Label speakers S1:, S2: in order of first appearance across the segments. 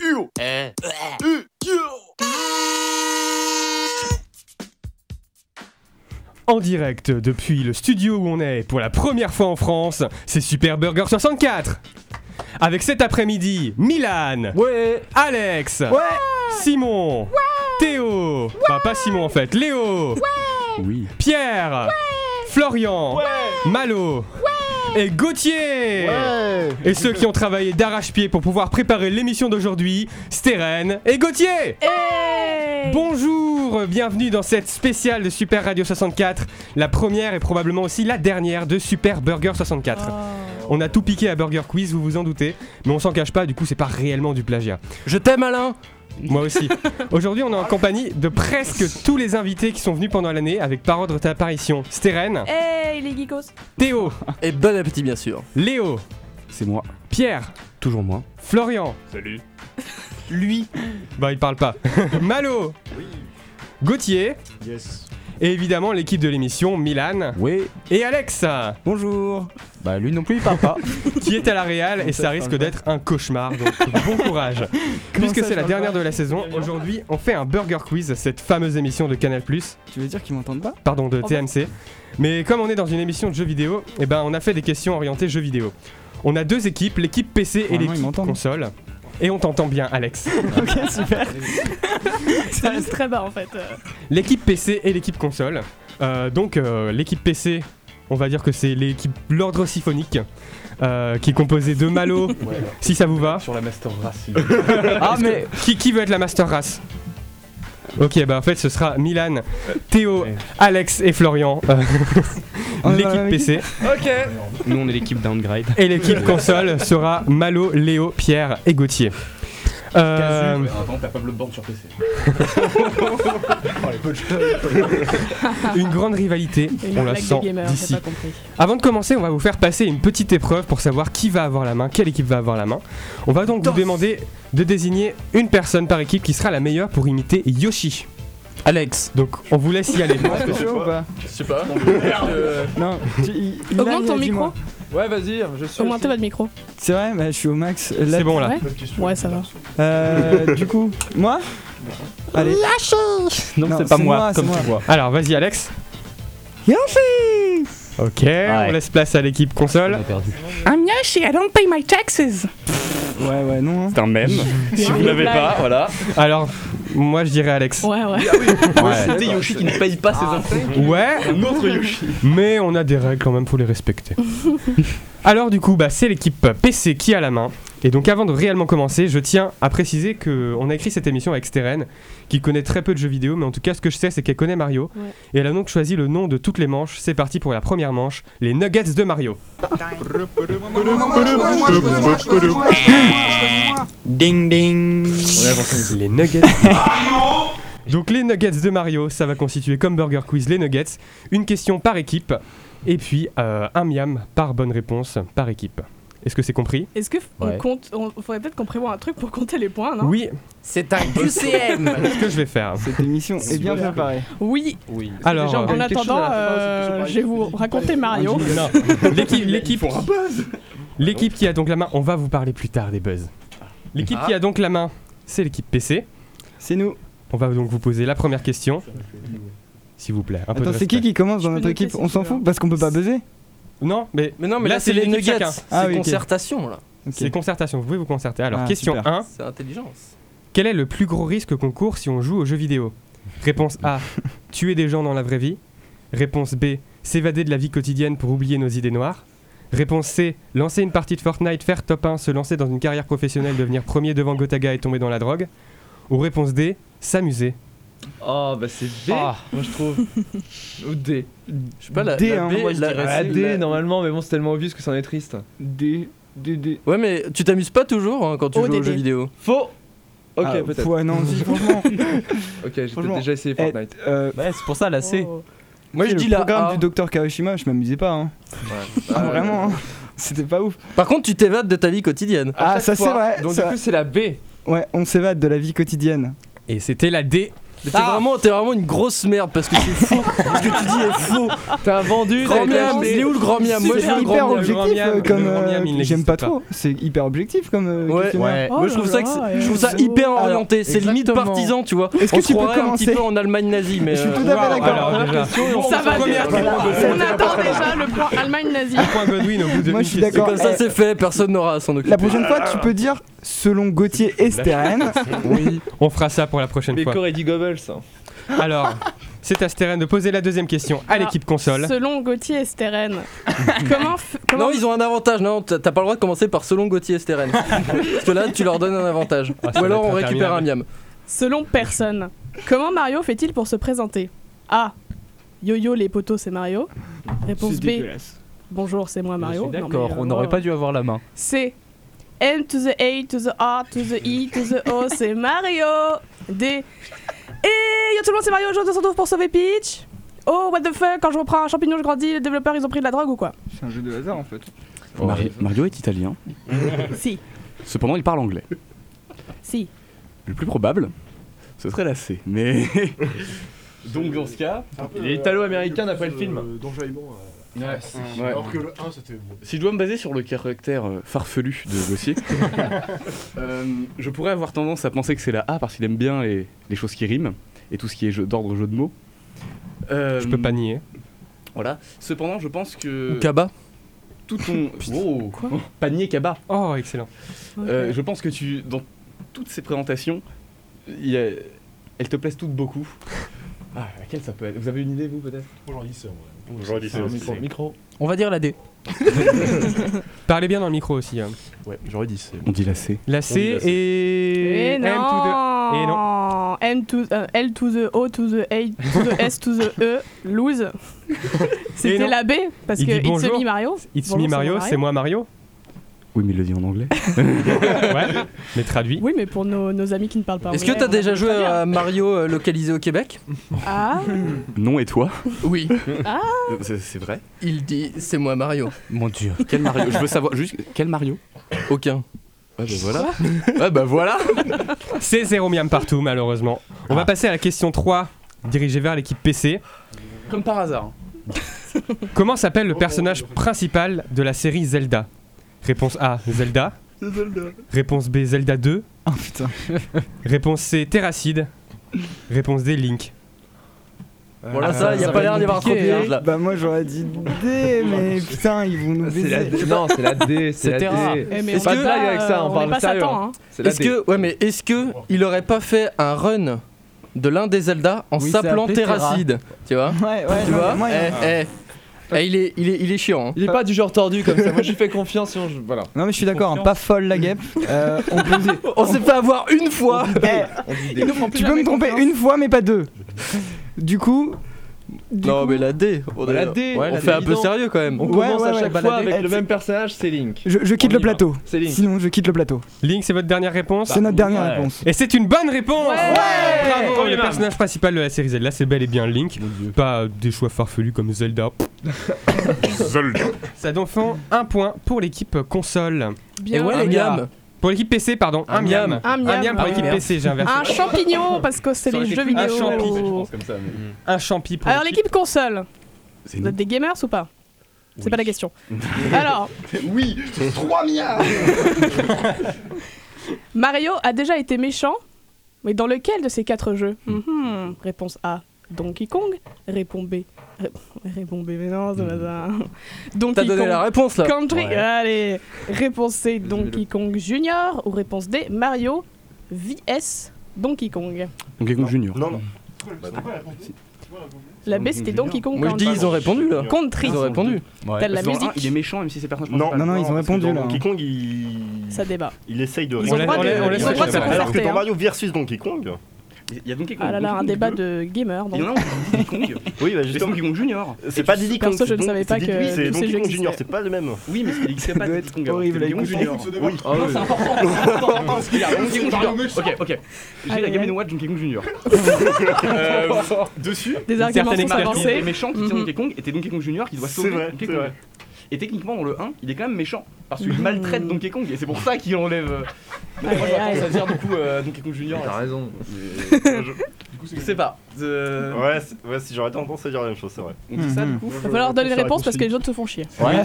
S1: Yo
S2: Hein
S1: Euh, Yo
S3: En direct depuis le studio où on est pour la première fois en France, c'est Super Burger 64 Avec cet après-midi, Milan,
S1: Ouais
S3: Alex, Simon, Théo, enfin pas Simon en fait, Léo,
S1: Oui
S3: Pierre, Florian, Malo et Gauthier Et ceux qui ont travaillé d'arrache-pied pour pouvoir préparer l'émission d'aujourd'hui, Stéren et Gauthier Bonjour, bienvenue dans cette spéciale de Super Radio 64, la première et probablement aussi la dernière de Super Burger 64.
S1: Oh.
S3: On a tout piqué à Burger Quiz, vous vous en doutez, mais on s'en cache pas, du coup c'est pas réellement du plagiat.
S1: Je t'aime Alain
S3: Moi aussi. Aujourd'hui, on est en compagnie de presque tous les invités qui sont venus pendant l'année avec par ordre d'apparition Stéren,
S4: Hey les geekos
S3: Théo,
S1: Et bon appétit bien sûr
S3: Léo,
S5: C'est moi,
S3: Pierre,
S5: toujours moi.
S3: Florian,
S2: Salut
S3: lui, bah il parle pas, Malo, Gauthier,
S2: Yes
S3: et évidemment l'équipe de l'émission Milan
S5: Oui,
S3: et Alex,
S5: bonjour. Bah lui non plus il parle pas.
S3: qui est à la Real et ça risque d'être un cauchemar, donc bon courage. Puisque c'est
S5: ça,
S3: la
S5: je parle
S3: dernière de la saison, aujourd'hui on fait un Burger Quiz, cette fameuse émission de Canal ⁇
S5: tu veux dire qu'ils m'entendent pas bah.
S3: pardon, de
S4: Oh
S3: TMC. Mais comme on est dans une émission de jeux vidéo, eh ben on a fait des questions orientées jeux vidéo. On a deux équipes, l'équipe PC et
S5: Normalement, ils
S3: l'équipe
S5: m'entendent.
S3: console. Et on t'entend bien, Alex.
S5: Ok super.
S4: Ça reste très bas en fait. euh.
S3: L'équipe PC et l'équipe console. Euh, donc euh, l'équipe PC, on va dire que c'est l'équipe l'ordre siphonique. euh, qui est composée de Malo, si ça vous va.
S2: Sur la Master Race
S5: Ah mais
S3: Qui, qui veut être la Master Race Ok, bah en fait ce sera Milan, Théo,
S2: Ouais.
S3: Alex et Florian. euh,
S5: On est dans la
S3: l'équipe PC.
S5: même nous on est l'équipe downgrade.
S3: Et l'équipe console sera Malo, Léo, Pierre et Gauthier. Euh,
S2: Avant t'as Pablo Borne sur PC
S3: une grande rivalité,
S4: Une
S3: on
S4: blague
S3: la
S4: de
S3: sent
S4: gamer, j'ai
S3: d'ici.
S4: pas compris.
S3: Avant de commencer, on va vous faire passer une petite épreuve pour savoir qui va avoir la main, quelle équipe va avoir la main. On va donc vous demander de désigner une personne par équipe qui sera la meilleure pour imiter Yoshi.
S5: Alex.
S3: Donc on vous laisse y aller.
S5: T'es chaud ou pas
S2: Je sais pas
S5: Non. tu- il- il a-
S4: Augmente
S5: il a
S4: ton
S5: dit
S4: micro,
S5: moi.
S6: Ouais, vas-y, je suis.
S4: augmentez votre micro.
S5: C'est vrai, bah, je suis au max. Là-
S3: C'est bon là.
S4: Ouais. Ouais, ça va.
S5: Euh, du coup, moi Allez. Non, c'est pas moi, comme tu
S3: vois. Alors vas-y Alex.
S5: Yoshi.
S3: Ok, on laisse place à l'équipe console.
S7: I'm Yoshi, I don't pay my taxes.
S5: Ouais ouais non. hein.
S2: C'est un même Si vous l'avez pas, voilà
S3: Alors moi je dirais Alex.
S4: Ouais, ouais.
S1: C'était Yoshi qui ne paye pas ses impôts
S3: Ouais,
S2: Un autre Yoshi
S3: Mais on a des règles quand même, faut les respecter. Alors du coup, bah, c'est l'équipe PC qui a la main. Et donc avant de réellement commencer, je tiens à préciser que on a écrit cette émission avec Steren, qui connaît très peu de jeux vidéo, mais en tout cas ce que je sais c'est qu'elle connaît Mario.
S4: Ouais.
S3: Et elle a donc choisi le nom de toutes les manches. C'est parti pour la première manche, les Nuggets de Mario.
S5: Ding ding.
S3: Les Nuggets. donc les Nuggets de Mario, ça va constituer comme Burger Quiz les Nuggets, une question par équipe, et puis euh, un miam par bonne réponse par équipe. Est-ce que c'est compris
S4: Est-ce que f- on
S5: Ouais.
S4: compte. On, faudrait peut-être qu'on prévoit un truc pour compter les points, non
S3: Oui,
S1: C'est un QCM
S3: ce que je vais faire.
S5: Cette émission est bien préparée.
S4: Oui.
S3: Alors, euh,
S4: en
S6: quelque chose
S4: attendant,
S6: à la fin, c'est
S4: euh,
S6: toujours pareil.
S4: je vais vous raconter Mario.
S3: Non, l'équipe, l'équipe, l'équipe qui a donc la main, on va vous parler plus tard des buzz. L'équipe qui a donc la main, c'est l'équipe PC.
S5: C'est nous.
S3: On va donc vous poser la première question. S'il vous plaît, un peu de
S5: Attends, c'est
S3: respect.
S5: qui qui commence dans
S4: Je peux
S5: notre
S4: noter
S5: équipe
S4: si
S5: On
S4: tu
S5: s'en
S4: veux, hein.
S5: fout parce qu'on peut pas buzzer.
S3: Non, mais,
S1: Mais non, mais là, c'est les
S3: l'équipe
S1: nuggets
S3: chacun.
S1: C'est
S5: Ah oui, ok.
S1: concertation là
S5: Ok.
S3: c'est concertation, vous pouvez vous concerter. Alors,
S5: Ah,
S3: question
S5: super.
S3: 1,
S1: C'est intelligence
S3: quel est le plus gros risque qu'on court si on joue aux jeux vidéo Réponse A, tuer des gens dans la vraie vie. Réponse B, s'évader de la vie quotidienne pour oublier nos idées noires. Réponse C, lancer une partie de Fortnite, faire top 1, se lancer dans une carrière professionnelle, devenir premier devant Gotaga et tomber dans la drogue. Ou réponse D, s'amuser.
S6: Oh, bah c'est B, moi je trouve. Ou D.
S1: Je sais pas, la,
S5: D,
S1: la
S5: hein,
S1: B,
S5: moi,
S1: la,
S5: je dirais
S1: la-
S6: Ah, D normalement, mais bon, c'est tellement obvious que c'en est triste.
S5: D D D.
S1: Ouais, mais tu t'amuses pas toujours hein, quand tu joues aux
S4: ODD.
S1: jeux vidéo
S6: Faux Ok,
S5: Ah,
S6: peut-être.
S5: Ouais non, si, franchement.
S6: Ok, j'ai peut-être
S5: Franchement,
S6: déjà essayé
S5: eh,
S6: Fortnite.
S5: euh,
S4: Oh.
S1: Moi, je
S5: le
S1: dis ah. la
S5: programme
S1: A
S5: du docteur Kawashima, je m'amusais pas. Hein. Ah, vraiment, hein. c'était pas ouf.
S1: Par contre, tu t'évades de ta vie quotidienne
S6: À
S5: Ah,
S6: chaque
S5: ça, c'est
S6: fois.
S5: vrai,
S6: Donc,
S5: ça-
S6: du coup, c'est la B.
S5: Ouais, on s'évade de la vie quotidienne.
S3: Et c'était la D.
S1: Mais T'es vraiment, t'es vraiment une grosse merde parce que c'est faux. Ce que tu dis est faux.
S6: T'as vendu,
S1: Grand miam, il est où le grand miam Moi je veux
S5: C'est
S1: le
S5: hyper
S1: grand miam.
S3: grand
S5: objectif
S3: miam,
S5: euh,
S3: le
S5: comme.
S3: grand miam,
S5: euh,
S3: il
S5: J'aime
S3: n'existe
S5: pas
S3: pas.
S5: trop. C'est hyper objectif comme euh,
S1: Ouais.
S5: questionnaire.
S4: Oh
S6: Ouais.
S1: Moi je trouve ça, que
S4: eh,
S1: c'est- je trouve ça hyper orienté. C'est limite
S6: Exactement.
S1: partisan, tu vois.
S5: Est-ce
S1: On
S5: que
S1: se
S5: tu peux
S1: croirait un petit
S5: commencer
S1: peu en Allemagne nazie, mais.
S5: Je suis
S1: euh,
S5: tout à fait Ah, d'accord.
S3: Alors déjà,
S4: Ça va
S3: Première
S4: bien. On attend déjà le point Allemagne nazie.
S3: un point Godwin au bout de
S5: Moi,
S3: une
S5: je suis
S3: question.
S5: d'accord.
S1: Comme ça, c'est fait, personne n'aura à s'en occuper.
S5: La prochaine fois, tu peux dire selon Gauthier Esteren.
S3: On fera ça pour la prochaine
S6: Mais
S3: fois.
S6: qu'aurait dit Goebbels hein
S3: Alors, c'est à Steren de poser la deuxième question à
S4: Alors,
S3: l'équipe console.
S4: Selon Gauthier Esteren. comment f- comment
S1: Non, ils ont un avantage. Non, t'as t'as pas le droit de commencer par selon Gauthier Esteren. Parce que là, tu leur donnes un avantage.
S3: Ah, ça
S1: Ou
S3: va
S1: alors,
S3: être
S1: on récupère un miam.
S4: Selon personne. Comment Mario fait-il pour se présenter A. Yo-yo les poteaux, c'est Mario. Réponse B. Bonjour, c'est moi Mario. Non, mais,
S6: d'accord,
S4: euh,
S6: on
S4: moi,
S6: n'aurait pas dû avoir la main.
S4: C. M to the A to the R to the E to the O, c'est Mario. D. Et yo tout le monde, c'est Mario, je te retrouve pour sauver Peach. Oh, what the fuck, quand je reprends un champignon, je grandis, les développeurs, ils ont pris de la drogue ou quoi
S5: C'est un jeu de hasard en fait.
S8: Mari- Mario est italien.
S4: Si,
S8: Cependant, il parle anglais.
S4: si.
S8: Le plus probable, ce serait la C. Mais
S2: Donc dans ce cas,
S6: Il est italo-américain d'après le
S9: Euh,
S6: film.
S8: Ouais.
S9: Alors que le 1 c'était bon.
S8: si je dois me baser sur le caractère euh, farfelu de Gauthier, euh, je pourrais avoir tendance à penser que c'est la A parce qu'il aime bien les, les choses qui riment et tout ce qui est jeu- d'ordre jeu de mots. Euh,
S3: Je peux pas nier.
S8: Voilà. Cependant, je pense que
S1: Ou Kaba.
S8: tout ton Oh. Wow.
S4: Quoi
S8: panier cabas.
S3: Oh, excellent.
S8: Euh, je pense que tu, dans toutes ces présentations, il y a- elles te plaisent toutes beaucoup. Ah, laquelle ça peut être Vous avez une idée, vous, peut-être
S9: Bonjour lycée en vrai.
S2: Bonjour lycée
S6: Ah,
S2: aussi.
S6: micro, micro.
S1: On va dire la D.
S3: Parlez bien dans le micro aussi. hein.
S2: Ouais, j'aurais dit c'est.
S8: On dit la C.
S3: La C et
S4: Et non.
S3: M to the- E, Et
S4: M to, euh, L to the O to the A to the S to the E, lose.
S3: Et non.
S4: C'était la B, parce
S3: Il
S4: que
S3: dit
S4: It's
S3: bonjour.
S4: a me Mario.
S3: It's
S4: Bonjour,
S3: me Mario, c'est moi Mario.
S8: Oui, mais il le dit en anglais.
S3: ouais, mais traduit.
S4: Oui, mais pour nos, nos amis qui ne parlent pas. bah,
S1: Est-ce que t'as déjà joué à Mario euh, localisé au Québec
S4: Ah,
S8: non, et toi
S1: Oui.
S8: Euh, C'est c'est vrai
S1: Il dit c'est moi Mario.
S8: Mon dieu. Quel Mario Je veux savoir juste quel Mario
S1: Aucun.
S8: Ah bah voilà. ah bah voilà.
S3: C'est zéro miam partout, malheureusement. On va passer à la question 3, dirigée vers l'équipe PC.
S8: Comme par hasard.
S3: Comment s'appelle le personnage principal de la série Zelda Réponse A, Zelda. Réponse B, Zelda 2.
S5: Oh putain.
S3: Réponse C, Terracide. Réponse D, Link.
S1: Voilà, Ah,
S5: Ah,
S1: ça, y a
S6: ça
S1: pas
S6: va
S1: l'air
S6: être
S1: d'y avoir trop
S6: compliqué, hein.
S1: de là.
S5: Bah moi j'aurais dit D mais putain ils vont nous
S6: Ah, C'est la
S5: baiser.
S6: D. Non, c'est la D, c'est la
S1: C'était rare.
S6: D.
S4: eh, mais
S1: Est-ce
S4: on
S1: que-
S4: est pas,
S6: blague avec ça, on
S4: est
S6: parle
S4: pas
S6: sérieux,
S4: Satan,
S6: hein.
S4: hein.
S6: C'est la
S1: Est-ce
S6: D.
S1: que, ouais, mais est-ce que il aurait pas fait un run de l'un des Zelda en
S6: Oui, c'est
S1: s'appelant
S6: appelé Terra.
S1: Terracide Tu vois
S5: Ouais ouais.
S1: Tu
S5: non,
S1: vois
S5: mais moi, il y a-
S1: Eh, eh. Eh, il, est, il, est, il est chiant. hein.
S6: Il est pas du genre tordu comme ça. Moi, je lui fais confiance. sinon je- Voilà.
S5: Non mais je suis d'accord, hein, pas folle la guêpe. Euh, on peut...
S1: On s'est fait avoir une fois
S5: Eh, tu peux me tromper une fois mais pas deux. Du coup, du
S1: Non,
S5: coup,
S1: mais la D. On,
S6: Bah,
S1: est-
S6: la D,
S1: ouais, on
S6: la D,
S1: fait un peu
S6: évident.
S1: sérieux quand même.
S6: On
S5: Ouais,
S6: commence
S5: ouais,
S6: à
S5: ouais,
S6: chaque
S5: bah,
S6: fois
S5: la D,
S6: avec
S5: elle,
S6: le
S5: c'est-
S6: même personnage, c'est Link.
S5: je, je quitte
S6: On
S5: le
S6: y va.
S5: plateau.
S6: C'est Link.
S5: Sinon je quitte le plateau.
S1: Bah,
S3: Link, c'est votre dernière réponse
S5: C'est notre dernière
S6: ouais.
S5: réponse.
S3: Et c'est une bonne réponse Bravo
S6: Ouais.
S3: Le personnage principal de la série Zelda, c'est bel et bien Link. Pas euh, des choix farfelus comme Zelda. Ça donne enfin un point pour l'équipe console.
S1: Et
S4: Bien.
S1: ouais,
S3: Un
S1: les
S3: miam.
S1: gars,
S3: Pour l'équipe PC, pardon, un,
S1: Un
S3: miam.
S1: miam.
S4: Un miam.
S3: pour l'équipe
S4: Ah.
S3: PC, j'ai inversé.
S4: Un champignon, parce que c'est les
S8: Ça aurait été
S4: jeux
S8: plus
S3: un
S4: vidéo.
S3: champignon,
S8: Je pense comme ça. mais-
S3: Un champi pour
S4: Alors, l'équipe console,
S8: C'est
S4: vous
S8: une-
S4: êtes des gamers ou pas C'est pas la question. Alors,
S2: Oui, 3 milliards
S4: Mario a déjà été méchant, mais dans lequel de ces quatre jeux
S1: Hmm.
S4: Mhm. Réponse A. Donkey Kong. Réponse B. Ré- Réponse B, mais non, c'est pas ça.
S1: Hmm. t'as
S4: Donkey
S1: donné
S4: Kong.
S1: la réponse là.
S4: Country. Allez. Réponse C. Donkey Kong Junior. Ou réponse D. Mario vs Donkey Kong.
S8: Donkey Kong Junior.
S9: Non, non. C'était quoi la réponse
S4: La B, c'était Donkey Kong
S1: Moi je dis,
S4: Country.
S1: ils ont répondu là.
S4: Country.
S1: Ils ont répondu.
S4: T'as de la
S8: Parce que dans le
S4: musique.
S8: un, Il est méchant, même si c'est le personnage
S9: Non,
S5: non,
S8: principal.
S5: non, ils ont
S9: Parce que
S5: répondu,
S9: dans
S5: là.
S9: Donkey Kong, il.
S4: Ça débat.
S9: Il essaye de.
S4: Ils
S3: On
S4: ont
S3: laisse-
S4: le droit de,
S3: on laisse
S4: ils ont le droit de se
S3: chacun.
S9: Alors que
S4: concerter.
S9: dans
S4: hein.
S9: Mario versus Donkey Kong.
S8: Il y a Donkey Kong.
S4: Ah là là,
S8: Donkey
S4: un
S8: Kong
S4: débat
S8: deux.
S4: de gamers.
S8: Il y en
S4: donc.
S8: a un qui dit Donkey Kong.
S9: Oui, bah
S8: Mais c'est
S9: justement.
S8: Donkey Kong Junior.
S9: C'est pas Diddy Kong.
S4: Perso, je
S9: c'est
S4: ne savais
S9: Don-
S4: pas
S9: c'est
S4: que
S9: Diddy-
S4: tous ces
S9: C'est
S4: jeux
S9: Donkey Kong
S4: existaient.
S9: Junior, c'est pas le même.
S8: Oui, mais il
S5: Ça doit
S8: pas de
S5: être
S8: Donkey Kong avant,
S5: horrible
S8: c'est Donkey
S5: à
S8: Kong
S5: écouter.
S8: Junior. Oui.
S6: Ah
S8: Non, c'est important, c'est important, parce qu'il y a Donkey Kong Junior. Ok, ok. J'ai
S4: Allez,
S8: la
S4: allez.
S8: gamine Watch Donkey Kong Junior. Dessus,
S4: Des arguments
S3: certaine
S4: sont
S3: expertise.
S8: les
S4: avancés.
S8: méchants qui
S4: Mhm.
S8: tient Donkey Kong était Donkey Kong Junior qui doit
S9: C'est
S8: sauver
S9: vrai,
S8: Donkey
S9: c'est
S8: Kong.
S9: vrai.
S8: Et techniquement, dans le 1, il est quand même méchant parce qu'il maltraite Donkey Kong et c'est pour ça qu'il enlève. euh,
S4: Aïe,
S8: Moi, je
S4: aïe.
S8: vais dire du coup euh, Donkey Kong Junior.
S6: T'as raison.
S9: Je-
S8: Je sais pas. Euh,
S9: Ouais, c'est- ouais, si j'aurais tendance à dire la même chose, c'est vrai.
S8: On dit ça du
S5: Mhm.
S8: coup
S4: Il va falloir donner les réponses parce que les autres te font chier.
S5: Ouais,
S3: Voilà,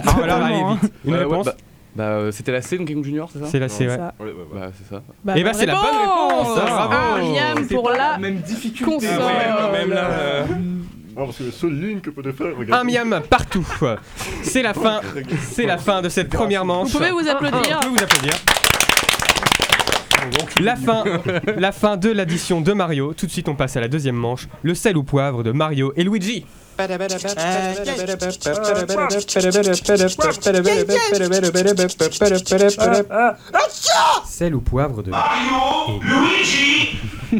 S3: allez,
S5: totalement, hein.
S3: vite. Une
S8: Euh, ouais,
S3: réponse
S8: bah, bah, euh, c'était la C donc King Junior, c'est ça
S3: C'est là, c'est ouais.
S4: Ça.
S9: Ouais, ouais, ouais.
S8: Bah c'est ça.
S4: Bah,
S3: Eh ben, c'est la bonne réponse, bravo.
S4: Ah, Liam
S8: C'est
S4: pour
S8: pas
S4: la
S8: même difficulté.
S4: console
S3: ouais, même là.
S9: Non, parce que le seul ligne que peut te faire, regarde.
S4: Ah,
S3: Un miam partout. C'est la fin. C'est la fin de cette première manche.
S4: Vous pouvez vous applaudir.
S3: On peut vous applaudir. La fin, la fin de l'addition de Mario. Tout de suite, on passe à la deuxième manche. Le sel ou poivre de Mario et Luigi. Sel ou poivre de Mario et Luigi.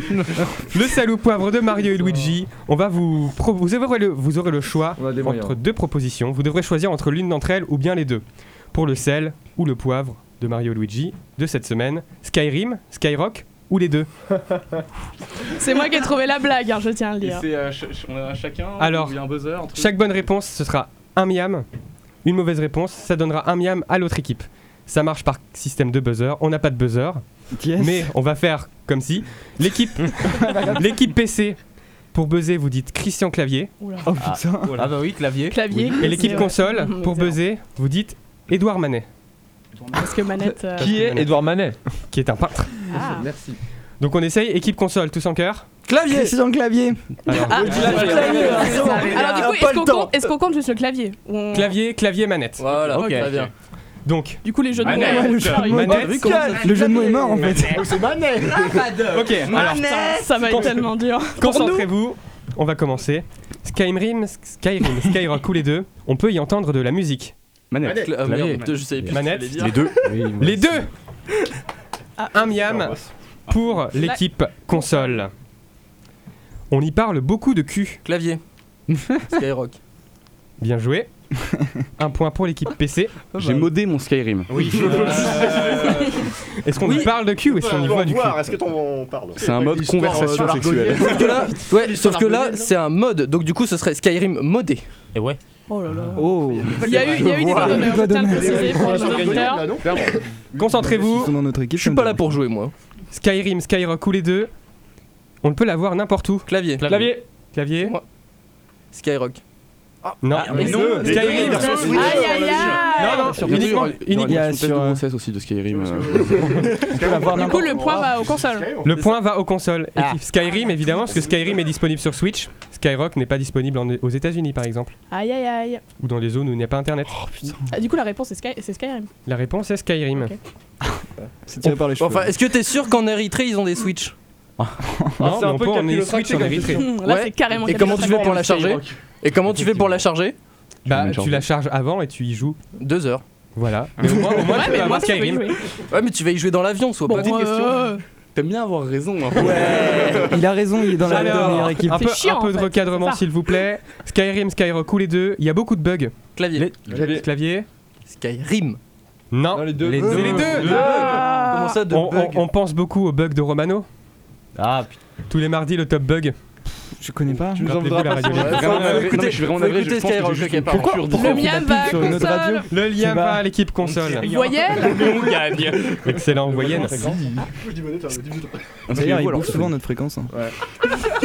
S3: Le sel ou poivre de Mario et Luigi. On va vous pro- vous aurez le, vous aurez le choix
S6: On a des moyens.
S3: entre deux propositions. Vous devrez choisir entre l'une d'entre elles ou bien les deux. Pour le sel ou le poivre de Mario et Luigi de cette semaine, Skyrim, Skyrock ou les deux.
S4: C'est moi qui ai trouvé la blague, hein, je tiens à le
S8: Et
S4: dire.
S8: c'est euh, ch- ch- on a un chacun
S3: Alors,
S8: ou il y a un buzzer un truc
S3: Chaque bonne réponse, ce sera un miam. Une mauvaise réponse, ça donnera un miam à l'autre équipe. Ça marche par système de buzzer. On n'a pas de buzzer,
S5: Yes.
S3: mais on va faire comme si. L'équipe, l'équipe PC, pour buzzer, vous dites Christian Clavier.
S4: Oula.
S5: Oh putain.
S6: Ah bah oui, clavier.
S4: Clavier.
S3: Et l'équipe
S4: c'est-
S3: console,
S4: Mhm,
S3: pour
S4: c'est vrai.
S3: buzzer, vous dites Édouard Manet,
S4: Parce que manette. euh,
S6: Qui est Edouard Manet
S3: qui est un peintre.
S4: ah.
S6: Merci.
S3: Donc on essaye, équipe console, tous en cœur.
S5: Clavier. C'est dans le clavier.
S3: Alors,
S4: Ah,
S5: Clavier.
S4: Alors du coup, est-ce qu'on compte, est-ce qu'on compte juste le clavier Ou on-
S3: Clavier, clavier, manette.
S1: Voilà,
S6: Ok.
S1: très bien.
S3: Donc,
S4: Du coup, les jeux de mots.
S8: Manette.
S4: ouais,
S5: le jeu de
S4: pareil.
S5: mots.
S3: Manette.
S5: Manette. Le jeu de mots est mort en fait.
S3: ok, alors
S4: Ah, Putain, Ça va être tellement dur.
S3: Concentrez-vous, on va commencer. Skyrim, Skyrim, Skyrock ou les deux, on peut y entendre de la musique.
S8: Manette.
S1: Cla- ah,
S6: Clavier.
S1: merde, je savais plus.
S3: Manette,
S6: Les deux.
S3: les deux
S4: Ah.
S3: Un miam pour l'équipe console. On y parle beaucoup de cul.
S1: Clavier. Skyrock.
S3: Bien joué. Un point pour l'équipe PC.
S8: J'ai modé mon Skyrim.
S3: Est-ce qu'on y parle de cul ou est-ce qu'on y voit du cul
S9: voir, est-ce que t'en parles
S8: C'est un mode
S9: euh,
S8: conversation sexuelle.
S1: Sauf que là, ouais, sauf que là, c'est un mode. Donc du coup, ce serait Skyrim modé.
S6: Et ouais.
S4: Oh là là.
S5: Oh.
S4: Il y a eu, il y a eu des
S5: Voilà.
S4: bonnes
S5: Des
S4: honneurs,
S5: bonnes
S4: je tiens à le préciser pour les auditeurs.
S5: Ils sont
S3: Concentrez-vous.
S5: dans notre équipe.
S1: Je suis pas là pour jouer, moi.
S3: Skyrim, Skyrock ou les deux, on peut l'avoir n'importe où.
S1: Clavier.
S3: Clavier. Clavier.
S1: Skyrock.
S3: Non.
S1: mais
S9: Ah, non,
S3: Skyrim.
S9: les deux, Ah, les deux.
S3: Non,
S4: Aïe aïe aïe
S3: non, uniquement.
S5: Il y a
S8: Une espèce de
S5: sur, euh,
S8: grossesse aussi de Skyrim. euh.
S5: On peut l'avoir
S4: Du coup,
S5: n'importe
S4: le point va aux consoles.
S3: Le point va aux consoles.
S9: Ah.
S3: Et puis Skyrim, évidemment, parce que Skyrim est disponible sur Switch. Skyrock n'est pas disponible en- aux États-Unis, par exemple,
S4: Aïe aïe aïe.
S3: ou dans les zones où il n'y a pas Internet.
S4: Ah, Du coup, la réponse, c'est Sky- c'est Skyrim.
S3: La réponse est Skyrim.
S4: Ok.
S5: C'est tiré par les cheveux.
S1: Enfin, est-ce que t'es sûr qu'en Érythrée, ils ont des Switch
S3: Non,
S6: c'est un
S3: mais on
S6: peu
S3: peut emmener
S6: capillotracté
S3: Switch en
S6: comme
S3: Érythrée.
S4: Hum, Là,
S1: Ouais.
S4: c'est carrément
S1: Et comment tu fais pour la charger Et comment tu fais pour la charger
S3: Bah,
S8: mets
S3: tu la charges avant et tu y joues.
S1: Deux heures.
S3: Voilà. Mais au moins, au moins, tu vas avoir Skyrim.
S1: Ouais, mais tu vas y jouer dans l'avion, soit pas.
S4: Bon, euh,
S8: T'aimes bien avoir raison. hein. Ouais.
S5: Il a raison, il est dans la
S3: Alors,
S5: dernière équipe.
S3: un peu,
S4: C'est chiant,
S3: un peu
S4: en
S3: de
S4: fait,
S3: recadrement,
S4: c'est ça.
S3: s'il vous plaît. Skyrim, Skyrock ou les deux. Il y a beaucoup de bugs.
S1: Clavier.
S3: Clavier
S1: Skyrim.
S3: Non.
S6: Non, les deux.
S3: Les deux.
S6: Les
S3: deux.
S4: ah.
S1: Comment ça, de
S3: On,
S1: bug
S3: on- on pense beaucoup aux bugs de Romano.
S6: Ah putain.
S3: Tous les mardis, le top bug.
S5: Je connais pas.
S8: Tu nous en
S3: Rappelez-vous
S8: voudras
S3: la
S8: pas.
S3: radio.
S8: Je suis
S1: Faut
S8: vraiment navré.
S1: écouter-
S8: Non, mais je suis vraiment
S1: faut
S8: navré. Je
S1: écouter
S8: pense que j'ai
S1: Skyrock,
S8: juste
S1: ok,
S8: une
S1: pardon.
S8: coupure
S4: Le
S8: d'enfant.
S4: mien va à
S5: sur une autre radio.
S4: console.
S3: Le lien
S5: va.
S3: va à l'équipe console.
S4: Voyelle
S3: Excellent, voyenne.
S5: D'ailleurs,
S8: Inscrivez-vous,
S5: il
S8: alors.
S5: bouge souvent notre fréquence. hein.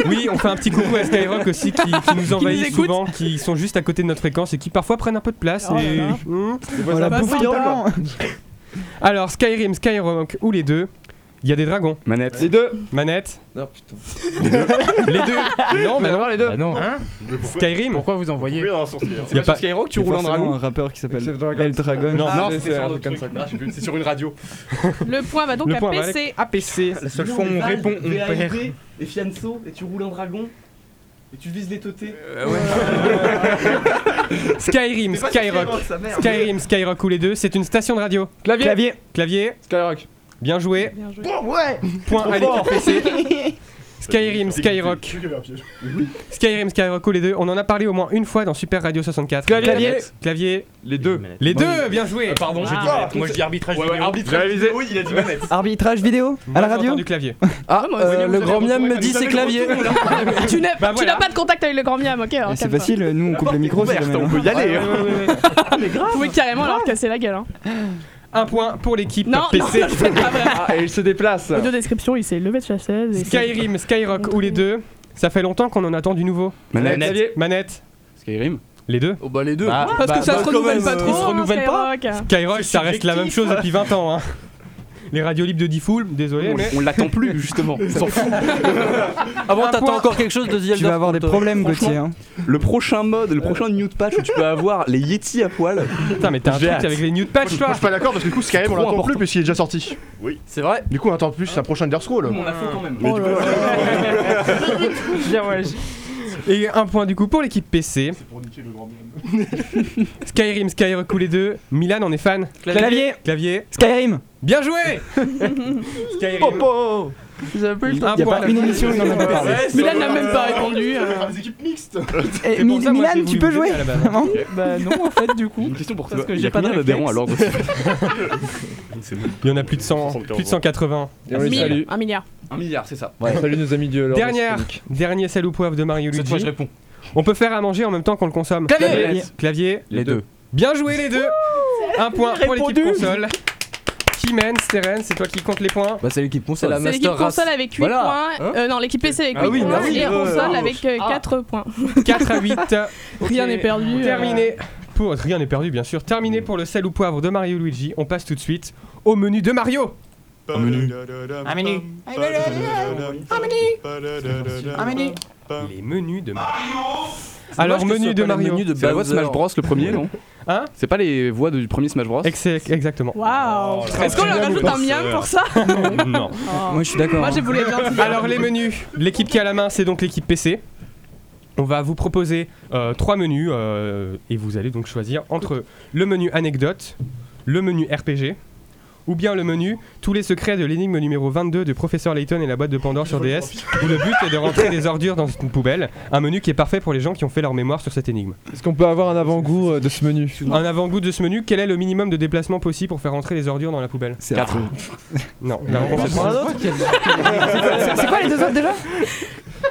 S3: Oui, on fait un petit coucou à Skyrock aussi qui, qui nous envahit
S4: écoute.
S3: souvent, qui sont juste à côté de notre fréquence et qui parfois prennent un peu de place.
S4: Oh là
S3: et-
S4: là.
S3: Mmh.
S5: On la
S4: bah,
S5: bouffe
S4: c'est
S5: carrément.
S3: Alors, Skyrim, Skyrock ou les deux, il y a des dragons.
S8: Manette.
S6: Les deux.
S3: Manette,
S1: Non, putain.
S3: les deux. Non, mais non,
S6: les deux. non.
S3: Skyrim.
S6: Pourquoi vous envoyez
S9: hein
S3: Il y a
S6: Bah,
S3: pas.
S8: Skyrock, tu
S5: Il y a
S8: roules un
S5: forcément
S8: dragon.
S5: un rappeur qui s'appelle
S6: C'est le dragon.
S5: El Dragon.
S3: Non.
S8: Non,
S6: mais
S8: c'est
S6: c'est
S8: sur
S6: un
S8: un
S6: truc
S8: truc
S6: comme ça.
S8: Ah, j'ai vu, C'est sur une radio.
S4: Le point va donc
S3: Le
S4: à
S3: point va
S4: PC.
S3: APC.
S6: La seule fois où on répond, on perd.
S2: Et Fianso, et tu roules un dragon, et tu vises les teutés.
S3: Skyrim, Skyrock. Skyrim, Skyrock ou les deux, c'est une station de radio.
S6: Clavier.
S5: Clavier.
S3: Clavier,
S6: Skyrock.
S3: bien joué.
S4: Bien joué.
S3: Point à l'équipe PC. Skyrim, Skyrock. Skyrim, Skyrock ou les deux, on en a parlé au moins une fois dans Super Radio 64.
S6: Clavier.
S3: Clavier, Clavier.
S6: Les deux. Euh,
S3: les deux, bien joué.
S6: Pardon, j'ai dit
S4: Ah.
S6: manette. Moi je dis arbitrage.
S8: Ouais, ouais,
S6: vidéo.
S8: arbitre. révisé. Oui, il a dit manette.
S5: Arbitrage vidéo
S3: Moi,
S5: à la
S3: j'ai
S5: radio.
S3: entendu clavier.
S1: Ah,
S4: moi,
S1: euh,
S4: c'est
S1: le grand miam me dit c'est clavier.
S4: Ah, Tu n'as
S3: Bah
S4: tu
S3: voilà.
S4: n'as pas de contact avec le grand miam, ok alors,
S5: Mais C'est
S4: calme-toi.
S5: facile, nous on coupe les micros, c'est
S8: Ouverte,
S5: jamais
S8: on peut y aller. hein.
S4: Oui, carrément leur casser la gueule. Hein.
S3: Un point pour l'équipe
S4: Non, non,
S3: PC.
S4: non, c'est pas vrai.
S6: Ah, et il se déplace.
S4: Audio description, il s'est levé de sa chaise. et c'est-
S3: Skyrim, Skyrock ou les deux. Ça fait longtemps qu'on en attend du nouveau.
S8: Manette.
S3: Manette.
S8: Skyrim.
S3: Les deux.
S1: Oh bah les deux.
S6: Bah,
S4: Parce que ça se renouvelle pas trop.
S3: il se renouvelle pas.
S4: Skyrock.
S3: Skyrock, ça reste la même chose depuis 20 ans. hein. Les radios libres de Diffoul, désolé,
S8: On,
S3: mais.
S8: on l'attend plus justement. On s'en fout.
S1: Avant,
S3: un
S1: t'attends
S3: point.
S1: encore quelque chose de The Elder
S5: Tu vas avoir des
S1: Scrolls,
S5: problèmes,
S1: toi.
S5: Gauthier. hein.
S8: Le prochain mode, le prochain new patch où tu peux avoir les Yeti à poil.
S3: Putain, mais t'as un
S8: J'ai
S3: truc
S8: hâte.
S3: avec les nude patch,
S6: Moi, je
S3: toi
S6: suis pas d'accord parce que du coup, Skyrim, on
S8: trop
S6: l'attend plus
S8: important.
S6: puisqu'il est déjà sorti.
S1: C'est vrai.
S6: Du coup, on attend plus un prochain Underscroll.
S2: On a faux quand même.
S9: Mais du coup,
S3: Et un point du coup pour l'équipe PC.
S2: C'est pour niquer le grand bien.
S3: Skyrim, Skyrock ou les deux. Milan en est fan.
S5: Clavier
S3: Clavier.
S5: Skyrim
S3: Bien joué Skyrim. Un
S5: Y a
S3: point.
S5: pas une émission où il en a pas
S6: Ah,
S5: parlé.
S4: Milan n'a même pas répondu.
S6: euh.
S2: Ah, les équipes mixtes
S6: Oh,
S5: Eh,
S3: C'est pour ça,
S5: Mi-
S3: moi, j'ai
S5: Milan,
S3: voulu
S5: tu peux
S3: vous
S5: jouer
S3: aider à la base.
S5: Vraiment
S7: Bah non, en fait, du coup.
S8: Une question pour toi.
S7: Parce que
S8: Il y
S7: j'ai
S8: a
S7: pas
S8: combien
S7: de
S8: d'adhérents à l'ordre
S3: Il y en a plus de 100,
S9: 75.
S3: plus de 180.
S4: Mille, un milliard.
S8: Un milliard, c'est ça.
S6: Salut nos amis de
S3: Dernière, dernier sel ou poivre de Mario
S8: Cette fois, je
S3: Luigi.
S8: réponds.
S3: On peut faire à manger en même temps qu'on le consomme.
S5: Clavier
S3: Clavier.
S8: Les deux.
S3: Bien joué les deux. Un point pour l'équipe
S7: Répondu.
S3: console. Qui mène, Terence, c'est toi qui compte les points.
S1: Bah c'est l'équipe
S4: C'est
S1: console.
S4: l'équipe console avec 8
S1: Voilà.
S4: points. Euh, non, l'équipe PC avec 8
S1: Ah oui,
S4: points
S1: bah oui,
S4: et
S1: euh,
S4: console
S1: ah.
S4: avec 4 points.
S3: 4 à 8.
S4: Rien
S3: Ok,
S4: n'est perdu. euh.
S3: Terminé. Pour rien n'est perdu bien sûr. Terminé pour le sel ou poivre de Mario Luigi. On passe tout de suite au menu de Mario.
S9: Un menu. Un menu. Un menu.
S3: Les menus de Mario. Alors menu de Mario.
S1: Menu de
S8: C'est la voix de
S1: Bowser.
S8: Smash Bros le premier, non
S3: Hein
S8: C'est pas les voix du premier Smash Bros
S3: Ex- Exactement.
S4: Waouh. Est-ce qu'on leur rajoute un miam pour ça
S3: non.
S5: Moi, je suis d'accord.
S4: Moi,
S5: hein.
S4: j'ai voulu être gentil.
S3: Alors les menus, l'équipe qui a la main, c'est donc l'équipe PC. On va vous proposer euh, trois menus euh, et vous allez donc choisir entre le menu anecdote, le menu RPG ou bien le menu tous les secrets de l'énigme numéro 22 du professeur Layton et la boîte de Pandore sur DS où le but est de rentrer des ordures dans une poubelle, un menu qui est parfait pour les gens qui ont fait leur mémoire sur cette énigme.
S6: Est-ce qu'on peut avoir un avant-goût euh, de ce menu
S3: Un avant-goût de ce menu, quel est le minimum de déplacement possible pour faire rentrer les ordures dans la poubelle
S8: C'est Quatre.
S3: Non, la réponse est
S5: C'est quoi les deux autres déjà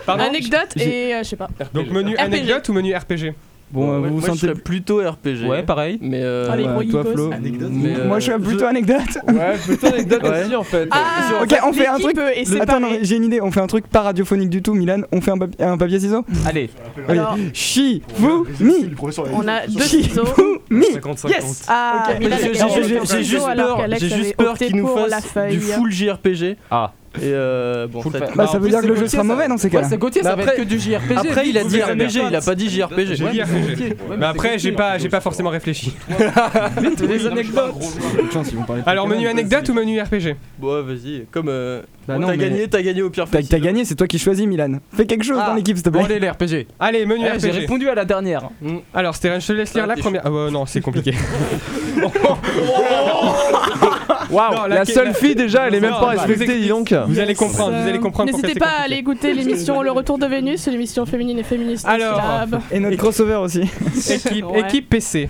S3: Pardon
S4: Anecdote et euh, je sais pas.
S3: Donc menu
S4: RPG.
S3: anecdote ou menu RPG
S5: Bon, euh,
S1: Ouais,
S5: vous vous
S1: moi, je
S5: sentez.
S1: serais plutôt RPG.
S5: Ouais, pareil.
S1: Mais euh,
S4: Allez, gros
S5: Ouais, Toi,
S4: geekos.
S5: Flo.
S2: Anecdote,
S1: mais, euh,
S5: Moi, je suis plutôt anecdote.
S6: Ouais, putain, anecdote
S1: Ouais.
S6: aussi en fait.
S4: Ah,
S5: Ok, on fait un
S4: l'équipe,
S5: truc-
S4: euh, est
S5: Le- Attends, non,
S4: séparée.
S5: j'ai une idée. On fait un truc pas radiophonique du tout, Milan. On fait un, papi- un papier ciseau
S1: Allez.
S4: Alors,
S5: Chi, vous, mi.
S4: on a deux
S5: Chi,
S4: ciseaux.
S5: vous, mi.
S3: 50-50.
S5: Yes
S4: Ah,
S5: Ok,
S4: mais là,
S5: j'ai-
S4: les
S5: j'ai-
S4: gars,
S5: j'ai-
S4: on
S5: j'ai
S4: fait un
S1: juste
S4: ciseau alors
S1: peur-
S4: qu'Alex
S1: j'ai juste
S4: avait
S1: peur
S4: opté
S1: qu'ils nous
S4: pour
S1: fassent
S4: la feuille.
S1: du full JRPG.
S6: Ah.
S1: Et euh, bon, ça-
S5: Bah, ça veut dire que le jeu sera mauvais dans ces cas-là.
S1: Gauthier, ça
S6: après-
S1: que du JRPG. Après, il a dit RPG, il a pas dit JRPG.
S3: J'ai dit RPG. Mais après, j'ai pas, j'ai pas forcément réfléchi.
S1: les anecdotes.
S3: Alors, menu anecdote ou menu RPG
S1: Bon, vas-y, comme euh,
S5: Bah
S1: on
S5: non,
S1: t'a
S5: mais-
S1: gagné, t'as gagné au pire
S5: T'as
S1: facile.
S5: t'as gagné, c'est toi qui choisis, Milan. Fais quelque chose
S1: Ah.
S5: dans l'équipe, s'il te plaît.
S1: les RPG.
S3: Allez, menu RPG.
S1: à la dernière.
S3: Alors, Stéphane, je te laisse lire
S1: Ah,
S3: la
S1: t'es
S3: première. Ah, ouais, non, c'est compliqué. Non,
S6: Waouh,
S3: la-
S6: la seule fille déjà, elle est même
S3: Non,
S6: pas
S3: bah,
S6: respectée, dis donc.
S3: Vous allez comprendre, vous allez comprendre. pourquoi
S4: N'hésitez
S3: c'est
S4: pas à aller
S3: compliqué.
S4: écouter l'émission Le Retour de Vénus, l'émission féminine et féministe. de
S3: Alors,
S4: Syllab.
S5: Et notre crossover aussi.
S3: Équipe,
S4: Ouais.
S3: équipe PC.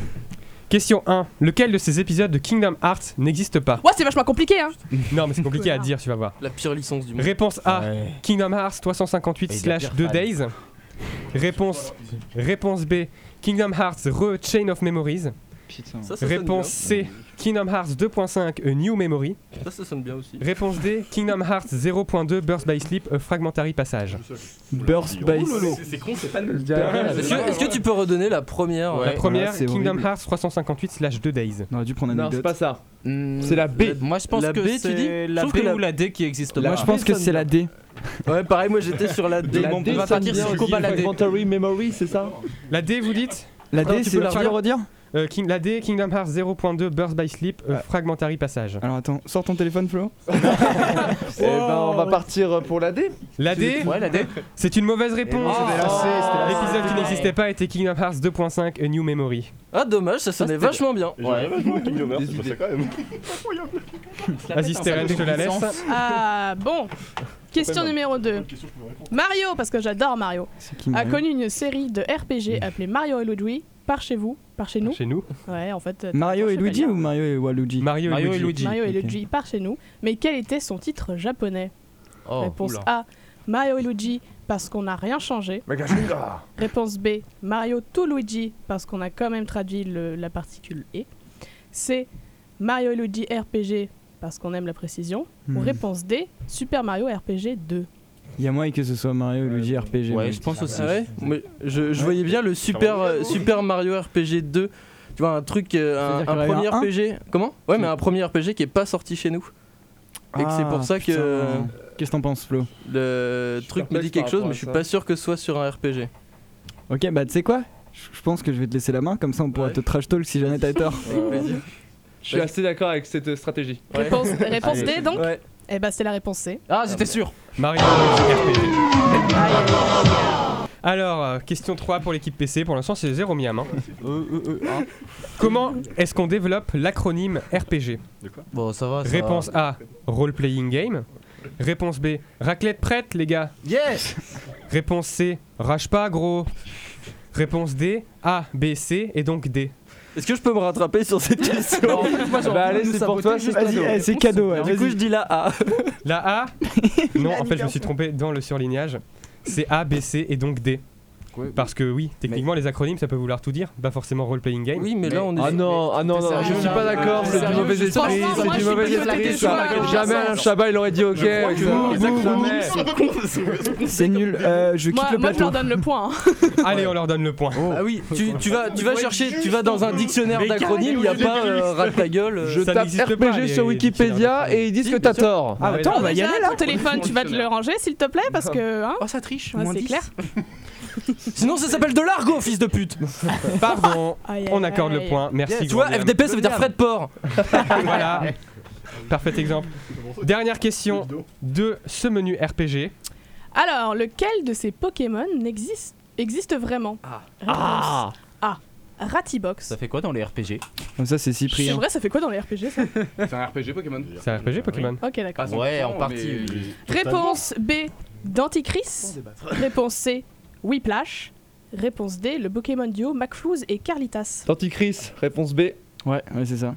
S3: Question 1. Lequel de ces épisodes de Kingdom Hearts n'existe pas
S4: Ouais, c'est vachement compliqué, hein.
S3: Non, mais c'est compliqué à dire, tu vas voir.
S1: La pire licence du monde.
S3: Réponse A. Kingdom Hearts 358/2 Days. Réponse, réponse B. Kingdom Hearts Re Chain of Memories.
S1: Ça, ça sonne
S3: Réponse C. Kingdom Hearts 2.5 A New Memory.
S1: bien. Ça, ça sonne bien aussi.
S3: Réponse D, Kingdom Hearts 0.2 Burst by Sleep, a Fragmentary Passage.
S5: Burst by.
S2: C'est con, c'est pas le
S5: Ah,
S1: Est-ce que, est-ce que tu peux redonner la première
S3: La première,
S5: c'est
S3: Kingdom
S5: horrible.
S3: Hearts 358/2 Days.
S5: On aurait dû prendre
S6: Non, c'est
S5: anecdote.
S6: pas ça.
S1: Hmm,
S6: C'est la B.
S1: Moi, je pense
S5: La
S1: que
S5: B, tu
S1: c'est
S5: dis
S1: la
S5: Sauf
S1: B
S5: que
S1: ou la D qui existe.
S5: Moi, je pense que c'est la D.
S1: Ouais, pareil, moi j'étais sur la D.
S6: La
S1: Bon, on
S6: D,
S1: va
S6: ça
S1: partir
S6: vient
S1: sur
S6: du
S1: combat la D.
S6: Fragmentary Memory, c'est ça
S3: La D, vous dites
S5: La
S1: Attends,
S5: D,
S1: tu
S5: c'est
S1: peux
S5: le
S1: la
S5: tu peux le redire
S3: Euh, King- La D, Kingdom Hearts 0.2 Burst by Sleep, a Fragmentary Passage.
S5: Alors attends, sors ton téléphone, Flo.
S6: Eh ben, on va partir pour la D.
S3: La D,
S1: Ouais, la D.
S3: c'est une mauvaise réponse.
S6: Eh c'était la C, c'était la C.
S3: L'épisode qui n'existait pas était Kingdom Hearts 2.5 A New Memory.
S1: Ah, dommage, ça sonnait vachement bien.
S9: Ouais, vachement, Kingdom Hearts, c'est pas ça quand même.
S3: Vas-y, Steren, je te la laisse.
S4: Ah, bon. Question numéro 2. Mario, parce que j'adore Mario,
S5: C'est
S4: a
S5: qui
S3: Mhm.
S5: Mario
S4: connu une série de RPG appelée Mario et Luigi par chez vous, par chez nous.
S3: Chez nous,
S4: Ouais, en fait. euh,
S5: Mario et
S4: je sais pas
S5: Luigi
S4: dire.
S5: ou Mario et Waluigi
S3: Mario, et Luigi.
S4: Mario et
S5: ok.
S4: Luigi par chez nous. Mais quel était son titre japonais
S1: Oh,
S4: Réponse
S1: oula.
S4: A. Mario et Luigi parce qu'on n'a rien changé. Réponse B. Mario tout Luigi parce qu'on a quand même traduit le- la particule E. C. Mario et Luigi RPG parce qu'on aime la précision. Ou
S5: Hmm.
S4: réponse D. Super Mario RPG 2.
S5: Il y a moyen que ce soit Mario Luigi RPG.
S1: Ah Ouais,
S5: mais-
S1: je pense aussi. Mais je, je voyais bien le Super, euh, super Mario RPG 2. Tu vois, un truc, euh, un- un,
S5: C'est-à-dire qu'il y en
S1: premier
S5: avait un
S1: RPG. Comment Ouais, mais un premier RPG qui est pas sorti chez nous. Et que c'est pour
S5: Ah,
S1: ça que
S5: putain. Qu'est-ce que t'en penses, Flo
S1: le truc me dit
S6: perplexe par
S1: quelque chose,
S6: rapport
S1: mais
S6: à
S1: je suis
S6: ça.
S1: pas sûr que ce soit sur un RPG.
S5: Ok, bah tu sais quoi Je je pense que je vais te laisser la main, comme ça on pourra
S1: Ouais.
S5: te trash talk si jamais t'as tort.
S6: Je suis assez d'accord avec cette euh, stratégie.
S1: Ouais.
S4: Réponse, réponse
S1: Allez.
S4: D donc
S1: Ouais.
S4: Eh bah c'est la réponse C.
S6: Ah, j'étais sûr
S3: Mario Luigi RPG. Alors, euh, question 3 pour l'équipe PC. Pour l'instant, c'est zéro miam. hein.
S1: Euh, hein.
S3: Comment est-ce qu'on développe l'acronyme RPG
S1: Bon, Ah, ça va.
S3: Réponse A, role-playing game. Réponse B, raclette prête, les gars.
S1: Yes
S3: Réponse C, rage pas, gros. Réponse D, A, B, C et donc D.
S1: Est-ce que je peux me rattraper sur cette question Eh ben,
S6: Bah allez, c'est pour toi, c'est
S5: Vas-y, eh, c'est cadeau. ouais,
S1: Du coup,
S5: vas-y.
S1: je dis la A.
S3: La A Non, en fait, je me suis trompé dans le surlignage. C'est A, B, C et donc D.
S1: Ouais.
S3: Parce que oui, techniquement, les acronymes, ça peut vouloir tout dire. Pas forcément role-playing game.
S1: Oui, mais là, on est.
S6: Ah non, ah non, non, je suis pas d'accord, c'est du mauvais esprit,
S4: Franchement, moi,
S6: c'est du
S4: je
S6: mauvais
S4: suis
S6: esprit
S4: plutôt
S6: ça.
S4: d'accord.
S6: Jamais Alain Chabat il aurait dit ok.
S5: C'est nul. euh, je quitte
S4: Moi,
S5: le
S4: moi, je leur
S5: plateau.
S4: donne le point. hein.
S3: Allez, on leur donne le point.
S1: Ah oui, tu, tu vas, tu vas chercher, tu vas dans un dictionnaire d'acronymes, il n'y a pas euh, rate ta gueule. euh,
S6: Je
S3: Ça
S6: tape
S3: n'existe pas,
S6: RPG
S3: les-
S6: sur
S3: les
S6: Wikipédia
S3: dictionnaires.
S6: et ils disent
S1: Si,
S6: que
S1: bien
S6: t'as
S1: sûr.
S6: tort.
S5: Ah, attends, on va y
S4: Déjà,
S5: aller là.
S4: Ton téléphone, tu vas te le ranger s'il te plaît parce que hein,
S1: Oh, ça triche.
S4: ouais,
S1: moins
S4: c'est
S1: 10.
S4: clair.
S1: Sinon, ça s'appelle de l'argot, fils de pute.
S3: Pardon,
S4: Aïe, aïe,
S3: on accorde le
S4: aïe.
S3: point. Merci.
S1: tu
S3: grand
S1: vois,
S3: Liam.
S1: FDP, ça veut dire Fred Port.
S3: Voilà. Parfait exemple. Dernière question de ce menu RPG.
S4: Alors, lequel de ces Pokémon n'existe existe vraiment
S1: Ah.
S4: Réponse
S5: Ah.
S4: A. Ratibox.
S10: fait quoi dans les RPG
S5: Comme ça, c'est
S4: C'est
S5: Cyprien.
S4: vrai, ça fait quoi dans les RPG ça
S8: C'est un RPG Pokémon
S3: C'est un RPG Pokémon.
S4: Ok, d'accord.
S8: Pas 100%,
S10: Ouais, en partie,
S8: mais-
S10: oui.
S4: Réponse B. Danticris. Réponse C. Whiplash. Réponse D. Le Pokémon duo McFlouz et Carlitas.
S6: Antichrist, réponse B.
S5: Ouais, ouais, c'est ça.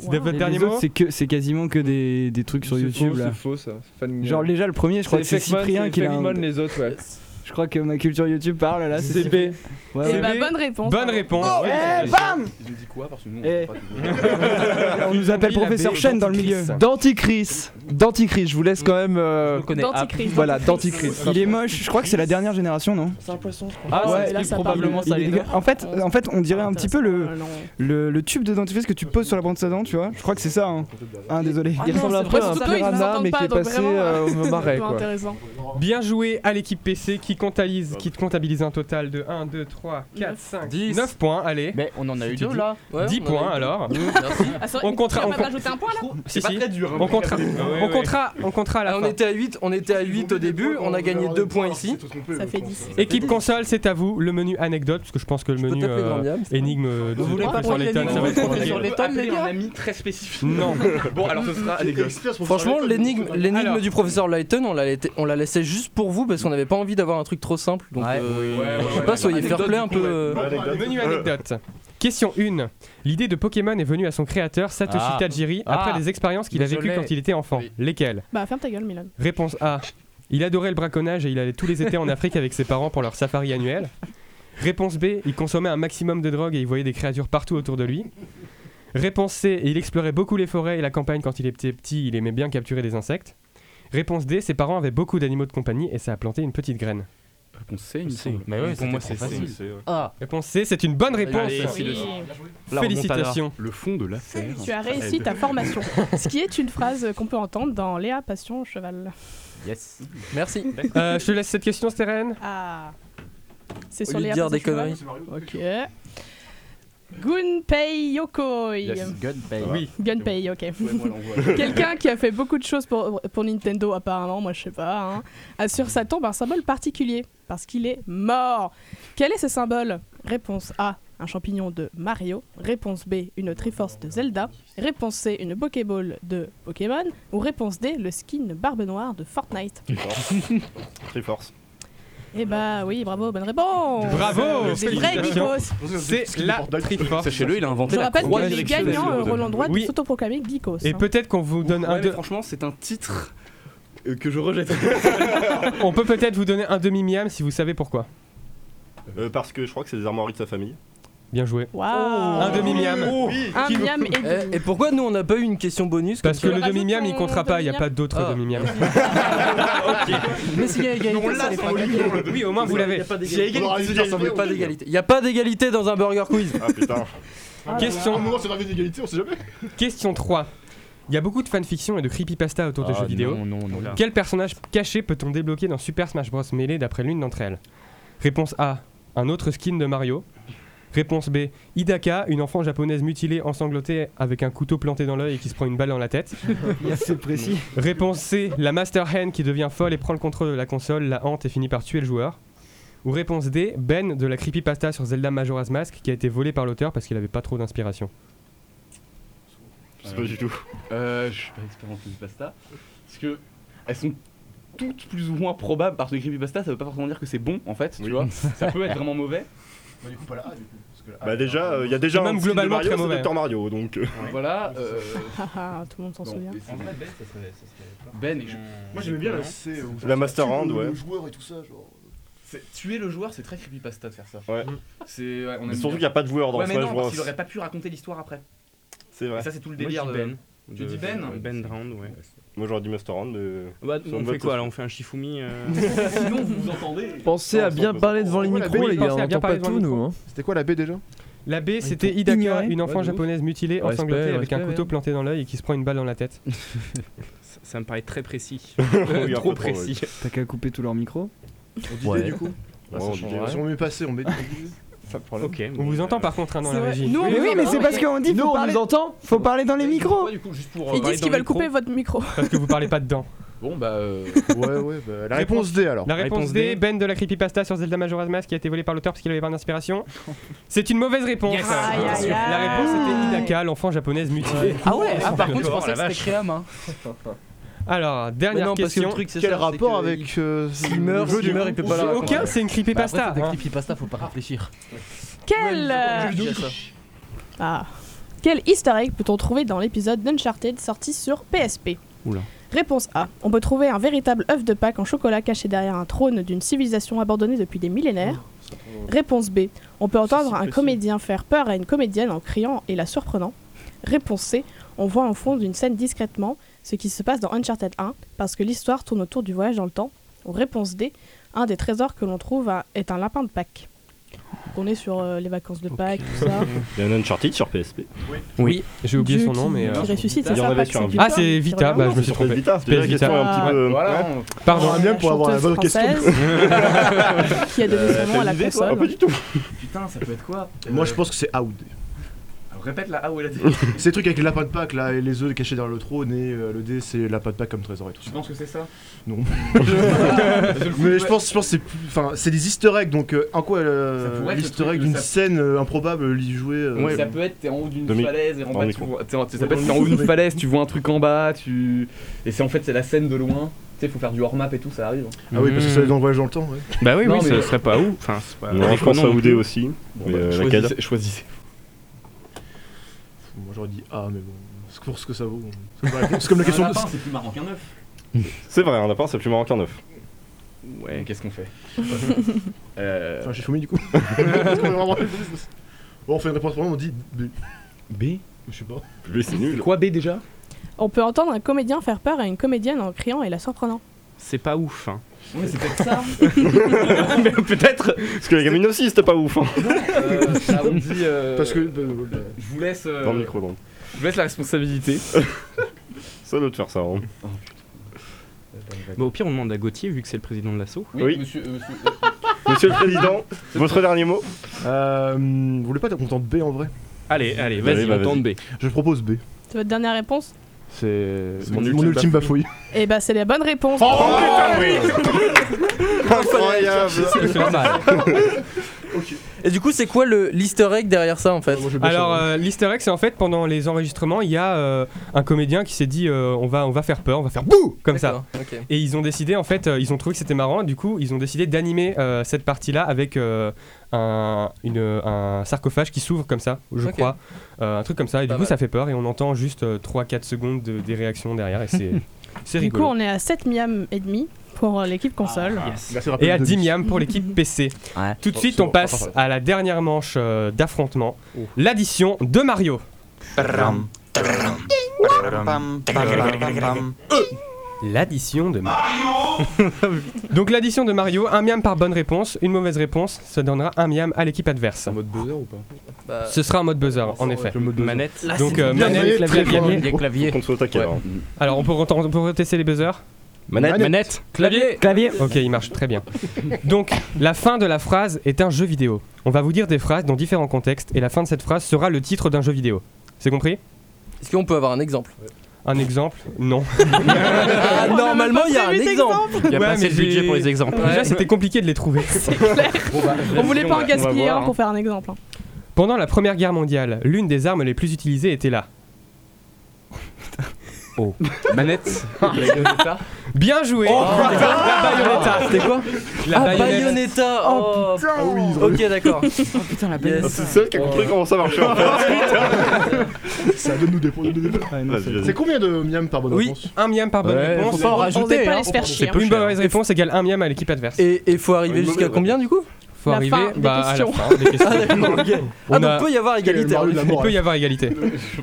S3: C'était
S4: Wow.
S3: votre
S5: Et
S3: dernier
S5: les autres,
S3: mot
S5: c'est que c'est quasiment que des, des trucs sur
S6: C'est
S5: YouTube
S6: faux,
S5: là.
S6: C'est faux ça. Fan-
S5: Genre déjà le premier, je crois que c'est
S6: Fagmon,
S5: Cyprien
S6: c'est
S5: qui l'a.
S6: Fagmon, les autres, ouais.
S5: Je crois que ma culture YouTube parle là.
S6: C'est
S5: C'est
S6: B.
S5: Ouais,
S4: Eh
S5: ouais.
S4: bah, bonne réponse.
S3: Bonne réponse.
S5: Eh, bam
S8: Ils ont dit quoi Parce que nous, on
S5: Eh.
S8: sait pas toujours.
S5: On nous appelle
S3: Ils ont mis la
S5: professeur
S3: B
S5: Chen dans le
S3: d'Antichrist.
S5: milieu.
S6: D'Antichrist. D'Antichrist, je vous laisse quand même. euh,
S4: Danticris.
S6: Voilà,
S4: Danticris.
S6: d'Antichrist.
S5: Il est moche, je crois que c'est la dernière génération, non
S6: Ah,
S5: Ouais,
S6: c'est
S4: là, ça parle.
S6: probablement
S5: Il
S6: ça.
S5: est
S6: les gars.
S5: dégueu- En fait, en fait, on dirait un petit peu le,
S4: Ah, non.
S5: le, le tube de dentifrice que tu poses sur la bande de sa dent, tu vois. Je crois que c'est ça. Hein. Ah, désolé.
S6: Il ressemble un
S4: c'est
S6: peu
S4: pas
S6: à un
S4: surtout, ils
S6: piranha,
S4: s'entendent
S6: mais qui
S4: pas,
S6: est
S4: donc
S6: passé
S4: vraiment,
S6: euh, au marais,
S4: Pas
S6: quoi.
S4: intéressant.
S3: Bien joué à l'équipe PC qui comptabilise, qui te comptabilise un total de 1, 2, 3, 4,
S4: Neuf.
S3: 5,
S1: Dix.
S3: 9 points. Allez,
S10: Mais on en a eu
S3: Tu
S10: deux
S3: dis-
S10: là.
S1: Ouais,
S3: 10
S1: on en a
S3: points
S1: eu.
S3: alors.
S1: Merci.
S4: Ah, c'est
S3: On
S4: vrai,
S3: comptera-
S4: tu
S3: on
S4: vas pas
S3: com-
S4: rajouter un point là
S3: Si,
S8: pas
S3: si.
S8: très dur. hein.
S3: On comptera, on comptera, on comptera à la
S1: Ah, on,
S3: fin.
S1: était à 8, on était à 8 au début, on a gagné 2 points ici.
S4: Ça fait 10.
S3: Équipe console, c'est à vous. Le menu anecdote, parce que je pense que le menu
S1: Peut-être les
S3: euh,
S1: grands diables.
S3: énigme euh, de
S1: Vous voulez
S3: Professeur
S1: pas prendre
S3: Layton,
S1: les
S3: ça va être
S1: énigmes
S3: compliqué.
S1: sur
S8: On
S1: les
S8: peut
S1: tonnes, les
S8: appeler
S1: gars
S8: un ami très spécifique.
S3: Non.
S8: Bon, alors ce sera anecdote.
S1: Franchement, l'énigme l'énigme
S3: Alors.
S1: du professeur Layton, on la, laissait- on la laissait juste pour vous parce qu'on n'avait pas envie d'avoir un truc trop simple. Donc,
S10: Ouais.
S1: euh,
S8: Ouais, ouais,
S1: je sais
S8: ouais,
S1: pas,
S8: ouais.
S1: soyez fair play un peu. euh,
S3: Menu anecdote. Question 1. L'idée de Pokémon est venue à son créateur Satoshi
S10: Ah.
S3: Tajiri après
S10: Ah.
S3: des expériences qu'il a
S10: Mais je
S3: vécues
S10: l'ai.
S3: quand il était enfant.
S10: Oui.
S3: Lesquelles
S4: Bah ferme ta gueule Milan.
S3: Réponse A. Il adorait le braconnage et il allait tous les étés en Afrique avec ses parents pour leur safari annuel. Réponse B. Il consommait un maximum de drogue et il voyait des créatures partout autour de lui. Réponse C. Il explorait beaucoup les forêts et la campagne quand il était petit. Il aimait bien capturer des insectes. Réponse D. Ses parents avaient beaucoup d'animaux de compagnie et ça a planté une petite graine.
S8: On sait, il me
S10: C'est-
S8: semble.
S10: mais ouais,
S8: pour moi,
S10: c'était
S8: bah c'est
S10: trop
S8: facile.
S10: Ah,
S3: Réponse C. C'est une bonne réponse.
S8: Allez,
S10: facile.
S8: facile.
S10: la
S3: Félicitations.
S8: Le fond de l'affaire.
S4: Tu as réussi
S8: Aide.
S4: ta formation. Ce qui est une phrase qu'on peut entendre dans Léa Passion Cheval.
S10: remontada. Yes.
S1: Merci.
S3: Euh, je te laisse cette question, Steren.
S4: Ah. C'est
S1: Au
S4: sur
S1: lieu
S4: Léa
S1: de dire
S4: Passion
S1: des conneries.
S4: Cheval. Ok. Gunpei Yokoi.
S10: Gunpei.
S3: Oui.
S4: Gunpei, ok.
S8: Ouais, moi, l'envoi.
S4: Quelqu'un qui a fait beaucoup de choses pour, pour Nintendo, apparemment, moi je sais pas, hein, a sur sa tombe un symbole particulier, parce qu'il est mort. Quel est ce symbole Réponse A, un champignon de Mario. Réponse B, une Triforce de Zelda. Réponse C, une Pokéball de Pokémon. Ou réponse D, le skin Barbe Noire de Fortnite.
S9: Triforce.
S4: Eh bah oui, bravo, bonne réponse
S3: Bravo
S4: Des vrais
S3: Félicitations.
S4: geekos
S3: C'est la triforce.
S8: Sachez-le, il a inventé
S4: Je
S8: la
S4: rappelle
S8: croix
S4: que les
S8: directionnelle.
S4: gagnants, euh, Roland Droit,
S3: Oui.
S4: s'autoproclamaient geekos.
S3: Et
S4: hein.
S3: peut-être qu'on vous donne
S8: Ouais,
S3: un
S8: mais
S3: de-
S8: Franchement, c'est un titre euh, que je rejette.
S3: on peut peut-être vous donner un demi miam si vous savez pourquoi.
S9: Euh, parce que je crois que c'est des armoiries de sa famille.
S3: Bien joué.
S4: Waouh. Oh.
S3: Un demi-miam.
S4: Un miam et demi.
S1: Eh, Et, et pourquoi nous on n'a pas eu une question bonus comme
S3: Parce que
S1: ça
S3: le
S4: Rajoute
S3: demi-miam il
S4: ton
S3: comptera pas, il n'y a
S4: demi-miam.
S3: pas d'autre
S1: Ah.
S3: demi-miam.
S1: Mais s'il y a égalité, ça dépend.
S3: Oui, au moins vous l'avez.
S2: S'il y a égalité,
S1: On va dire, ça fait pas d'égalité. Il y a pas d'égalité dans un burger quiz.
S9: Ah putain.
S3: Question,
S6: Oh,
S9: moment, c'est la vie d'égalité, on sait jamais.
S3: question 3. Il y a beaucoup de fanfiction et de creepypasta autour des jeux vidéo.
S6: Ah, Non, non, non.
S3: Quel personnage caché peut-on débloquer dans Super Smash Bros Melee d'après l'une d'entre elles Réponse A, un autre skin de Mario. Réponse B, Hidaka, une enfant japonaise mutilée, ensanglotée avec un couteau planté dans l'œil et qui se prend une balle dans la tête.
S5: C'est précis.
S3: Réponse C, la Master Hand qui devient folle et prend le contrôle de la console, la hante et finit par tuer le joueur. Ou réponse D, Ben de la creepypasta sur Zelda Majora's Mask qui a été volé par l'auteur parce qu'il avait pas trop d'inspiration.
S9: Je sais pas du tout.
S8: Euh, je suis pas expert en creepypasta. Parce que elles sont toutes plus ou moins probables parce que les creepypasta ça veut pas forcément dire que c'est bon en fait, tu vois. ça peut être vraiment mauvais.
S11: Bah, du coup, pas la A, du coup. Parce que la A,
S9: Bah déjà, il y a
S3: C'est
S9: déjà
S3: même
S9: un style de
S3: globalement
S9: Mario,
S3: très
S9: c'est
S3: mauvais. hein.
S9: Dr Mario, donc. euh,
S8: Voilà. euh,
S4: Ah, ah, tout le monde s'en
S8: bon,
S4: souvient.
S8: mais c'est-
S6: En vrai, Ben, ça serait. ça serait pas- Mmh.
S8: ben et je-
S2: Moi j'aimais bien la C. où
S9: La Master
S11: tu-
S9: Hand,
S11: le-
S9: ouais.
S11: Le joueur et tout ça, genre.
S8: c'est- Tuer le joueur, c'est très creepypasta de faire ça.
S9: Ouais.
S8: C'est. ouais, on aime
S9: Mais surtout
S8: bien.
S9: qu'il n'y a pas de joueur dans
S8: Ouais, mais
S9: Smash
S8: non,
S9: Bros.
S8: parce qu'il aurait pas pu raconter l'histoire après.
S9: C'est
S8: Et
S9: vrai.
S8: ça, c'est tout le
S6: Moi, je
S8: délire.
S6: dis
S8: de-
S6: Ben.
S8: Tu dis Ben
S6: Ben Drowned, ouais.
S9: Moi j'aurais dit Master Hand, mais.
S6: Bah,
S9: C'est un
S6: on
S9: vote
S6: fait quoi
S9: aussi.
S6: là On fait un Shifumi euh,
S8: Sinon, vous vous entendez.
S12: Pensez à
S9: ensemble,
S12: bien
S9: ensemble.
S12: parler devant les
S11: Oui,
S12: micros, les gars,
S3: pensez
S12: on
S3: à bien
S12: n'entend
S3: parler
S12: pas
S3: devant
S12: tout,
S3: les
S12: nous. hein.
S11: C'était quoi la B déjà
S3: La B, c'était
S12: pour
S3: Hidaka,
S12: ignorer.
S3: une enfant
S12: Ouais, de
S3: japonaise mutilée,
S12: Respect,
S3: ensanglotée avec un
S12: respect,
S3: couteau
S12: ouais.
S3: planté dans l'œil et qui se prend une balle dans la tête.
S6: ça, ça me paraît très précis.
S9: Oui, un peu
S6: trop
S9: trop,
S6: précis.
S12: T'as qu'à couper tous leurs micros.
S11: On dit
S12: Ouais.
S11: D du coup
S9: Ouais, on dit-
S11: Si on met passé, on met D.
S9: Pas de problème.
S6: Ok. bah,
S3: On vous entend par contre hein, dans
S4: C'est
S3: la
S4: vrai.
S3: régie.
S4: Nous,
S12: Mais
S4: on vous
S12: oui, mais
S4: entend.
S12: c'est parce qu'on dit
S4: Nous,
S12: faut
S4: on
S12: parler...
S4: nous entend.
S12: faut parler dans les micros.
S8: Ouais, du coup, juste pour. euh,
S4: Ils
S8: parler
S4: disent qu'ils
S8: dans le
S4: veulent
S8: micro.
S4: couper votre micro.
S3: Parce que vous parlez pas dedans.
S8: Bon, bah. euh,
S11: Ouais, ouais, bah, la réponse D alors.
S3: La réponse
S6: Réponse
S3: D,
S6: D.
S3: Ben de la creepypasta sur Zelda Majora's Mask qui a été volé par l'auteur parce qu'il avait pas d'inspiration. C'est une mauvaise réponse.
S6: Yes.
S4: Aïe, aïe, aïe.
S3: La réponse était Hidaka, l'enfant japonaise mutilée.
S10: Ah ouais Ah, par
S3: D'accord,
S10: contre, je pensais
S6: la
S10: que c'était
S6: vache.
S10: Créam. Hein.
S3: Alors,
S1: Mais
S3: dernière
S1: non, parce que
S3: question.
S1: le truc, c'est
S11: Quel
S1: ça, c'est
S11: rapport
S1: que
S11: avec. euh,
S1: S'il meurt,
S11: le jeu
S1: s'il
S11: du
S1: meurt, il peut pas la raconter.
S3: Aucun, c'est une
S10: Bah, après,
S3: creepypasta.
S10: faut
S3: hein.
S10: ta creepypasta, faut pas réfléchir.
S4: Quel. euh,
S1: Il y a ça.
S4: Ah. Quel easter egg peut-on trouver dans l'épisode d'Uncharted sorti sur PSP
S6: Oula.
S4: Réponse A. On peut trouver un véritable œuf de Pâques en chocolat caché derrière un trône d'une civilisation abandonnée depuis des millénaires. Réponse B. On peut entendre un comédien faire peur à une comédienne en criant et la surprenant. Réponse C. On voit en fond d'une scène discrètement ce qui se passe dans Uncharted 1 parce que l'histoire tourne autour du voyage dans le temps. Ou réponse D. Un des trésors que l'on trouve à- est un lapin de Pâques. Donc On est sur euh, les vacances de Pâques, tout ça.
S9: Il y a un Uncharted sur PSP.
S3: Oui, j'ai oublié
S4: Dieu
S3: son nom,
S4: qui-
S3: mais. euh,
S4: qui ressuscite,
S9: il y
S4: c'est
S9: en
S4: ça,
S9: avait
S4: Pax,
S9: sur un-
S4: Vita,
S3: Ah, c'est Vita, bah je me suis
S9: Sur PS
S3: trompé.
S9: Vita, c'est déjà la
S3: PS Vita.
S9: question est un petit
S4: Ah.
S9: peu.
S8: Voilà. on-
S3: Pardon.
S11: bien pour avoir la
S4: chanteuse
S11: bonne question.
S4: française qui a donné
S9: Euh,
S4: son nom à la
S9: t'as une idée, toi Ah,
S4: console.
S9: Pas du tout.
S8: Putain, ça peut être quoi
S11: Moi
S8: Euh,
S11: je pense que c'est Out.
S8: Répète la A ou la D.
S11: Ces trucs avec les lapins de Pâques là et les œufs cachés derrière le trône et euh, le dé c'est lapin de Pâques comme trésor et tout
S8: Tu
S11: ça.
S8: penses que c'est ça
S11: Non.
S8: Mais
S11: Mais je pense, je pense que c'est plus- enfin c'est des Easter eggs donc euh, en quoi euh,
S8: Ça pourrait être
S11: l'Easter
S8: le truc
S11: egg
S8: de
S11: d'une
S8: sa-
S11: scène euh, improbable l'y jouer. euh,
S8: ça peut être t'es en haut d'une
S9: Demi-
S8: falaise et en
S9: en
S8: bas tu
S9: micro.
S8: vois t'es en- ça peut être t'es en haut d'une falaise tu vois un truc en bas tu et c'est en fait c'est la scène de loin tu sais faut faire du hors map et tout ça arrive
S11: Ah oui parce que ça dans le voyage dans le temps. Ouais.
S6: Hmm. Bah oui, oui,
S8: Non, mais-
S6: ce serait pas ouf. Enfin, c'est pas.
S9: Non, je pense à Oudé aussi. Mais, euh, laquelle
S8: choisissez, choisissez.
S11: Pff, Moi j'aurais dit A mais bon c'est pour ce que ça vaut. C'est pas la réponse. C'est comme la question.
S8: Un lapin, c'est plus marrant qu'un œuf
S9: C'est vrai, un lapin c'est plus marrant qu'un œuf.
S8: ouais qu'est-ce qu'on fait euh,
S11: Enfin j'ai fumé du coup. Parce qu'on est vraiment- Bon, on fait une réponse pour moi on dit B.
S8: B
S11: Je sais pas.
S9: Mais c'est nul.
S8: quoi B déjà
S4: On peut entendre un comédien faire peur à une comédienne en criant et la surprenant.
S6: C'est pas ouf. hein.
S8: ouais c'est peut-être ça
S6: Mais Peut-être.
S9: Parce que la gamine aussi c'était pas ouf. hein.
S8: euh, là, on dit euh,
S11: Parce que euh, euh,
S8: je vous laisse euh,
S9: Dans le micro donc.
S8: je vous laisse la responsabilité
S9: Ça doit te faire ça. hein.
S6: Bah, au pire, on demande à Gauthier, vu que c'est le président de l'assaut.
S9: Oui.
S8: monsieur, euh, monsieur-
S9: Monsieur le Président, votre dernier mot
S11: euh, vous voulez pas être content de B en vrai
S6: Allez, allez,
S9: Allez,
S6: vas-y,
S9: bah,
S6: on tente B.
S11: Je propose B.
S4: C'est votre dernière réponse
S11: C'est
S9: C'est
S11: mon,
S9: mon
S11: mon
S9: ultime
S11: ultime bafouille.
S4: Eh bah c'est la bonne réponse.
S9: Oh Incroyable
S10: Pas mal.
S1: Et du coup, c'est quoi le l'easter egg derrière ça en fait
S3: Alors, euh, l'easter egg, c'est en fait pendant les enregistrements, il y a euh, un comédien qui s'est dit euh, on, va, on va faire peur, on va faire bouh comme ça.
S1: D'accord, ok.
S3: Et ils ont décidé, en fait, euh, ils ont trouvé que c'était marrant, du coup, ils ont décidé d'animer euh, cette partie-là avec euh, un, une- un sarcophage qui s'ouvre comme ça, je
S1: Ok.
S3: crois. Euh, un truc comme ça, et du
S1: Pas
S3: coup,
S1: mal.
S3: ça fait peur, et on entend euh, juste 3-4 secondes de- des réactions derrière, et c'est c'est
S4: Du coup
S3: rigolo.
S4: on est à 7 miams et demi pour euh, l'équipe console.
S3: Et à 10 miam pour l'équipe PC. Tout de
S13: Oh,
S3: suite,
S13: c'est
S3: on
S13: bon.
S3: passe
S13: Attends,
S3: à la dernière manche euh, d'affrontement. L'addition de Mario. Euh. L'addition de Mario. Donc l'addition de Mario, un miam par bonne réponse, une mauvaise réponse, ça donnera un miam à l'équipe adverse. En mode buzzer ou pas
S1: Bah,
S3: Ce sera un mode buzzer, en effet.
S13: le mode buzzer. Manette. Là,
S3: Donc
S13: Ah, c'est
S3: euh,
S13: bien
S3: manette,
S13: joué, très
S3: clavier.
S13: bien. Il y a clavier.
S9: Contre taquet,
S3: Ouais.
S9: alors.
S3: Alors on peut, reten- on peut retester les buzzers.
S9: Manette, Manette. manette.
S3: Clavier. Clavier. Ok, il marche très bien. Donc la fin de la phrase est un jeu vidéo. On va vous dire des phrases dans différents contextes et la fin de cette phrase sera le titre d'un jeu vidéo. C'est compris
S1: Est-ce qu'on peut avoir un exemple
S3: Un exemple Non.
S1: Ah, normalement, il y a un exemple.
S3: Ouais, mais j'ai- Déjà, c'était compliqué de les trouver.
S4: On voulait pas en gaspiller un pour faire un exemple. hein.
S3: Pendant la Première Guerre mondiale, l'une des armes les plus utilisées était là. Oh. Manette Ah. Bien joué
S1: Oh,
S3: La
S1: putain.
S3: Bayonetta
S1: C'était quoi
S3: La
S1: Ah,
S3: Bayonetta.
S1: Bayonetta Oh putain Ok, d'accord.
S14: putain, la
S1: Oh, Bayonetta.
S9: Ah, C'est seul qui a compris comment ça marchait en
S8: Ça donne nous des points. donne-nous des points. C'est combien de miam par bonne
S3: Oui,
S8: réponse
S3: un miam par bonne
S8: Ouais,
S3: réponse.
S8: faut pas en On- on rajouter, devait pas hein. les se faire chier,
S3: C'est
S8: hein.
S3: Une
S8: cher.
S3: mauvaise réponse égale un miam à l'équipe adverse.
S1: Et il faut arriver jusqu'à combien du coup
S3: Faut
S1: La
S3: arriver
S1: fin des
S3: bah, à la
S1: questions.
S3: fin des questions.
S1: Ah, d'accord, ok.
S3: On
S1: Ah, donc peut y avoir égalité, alors, du coup.
S3: Il peut y avoir égalité.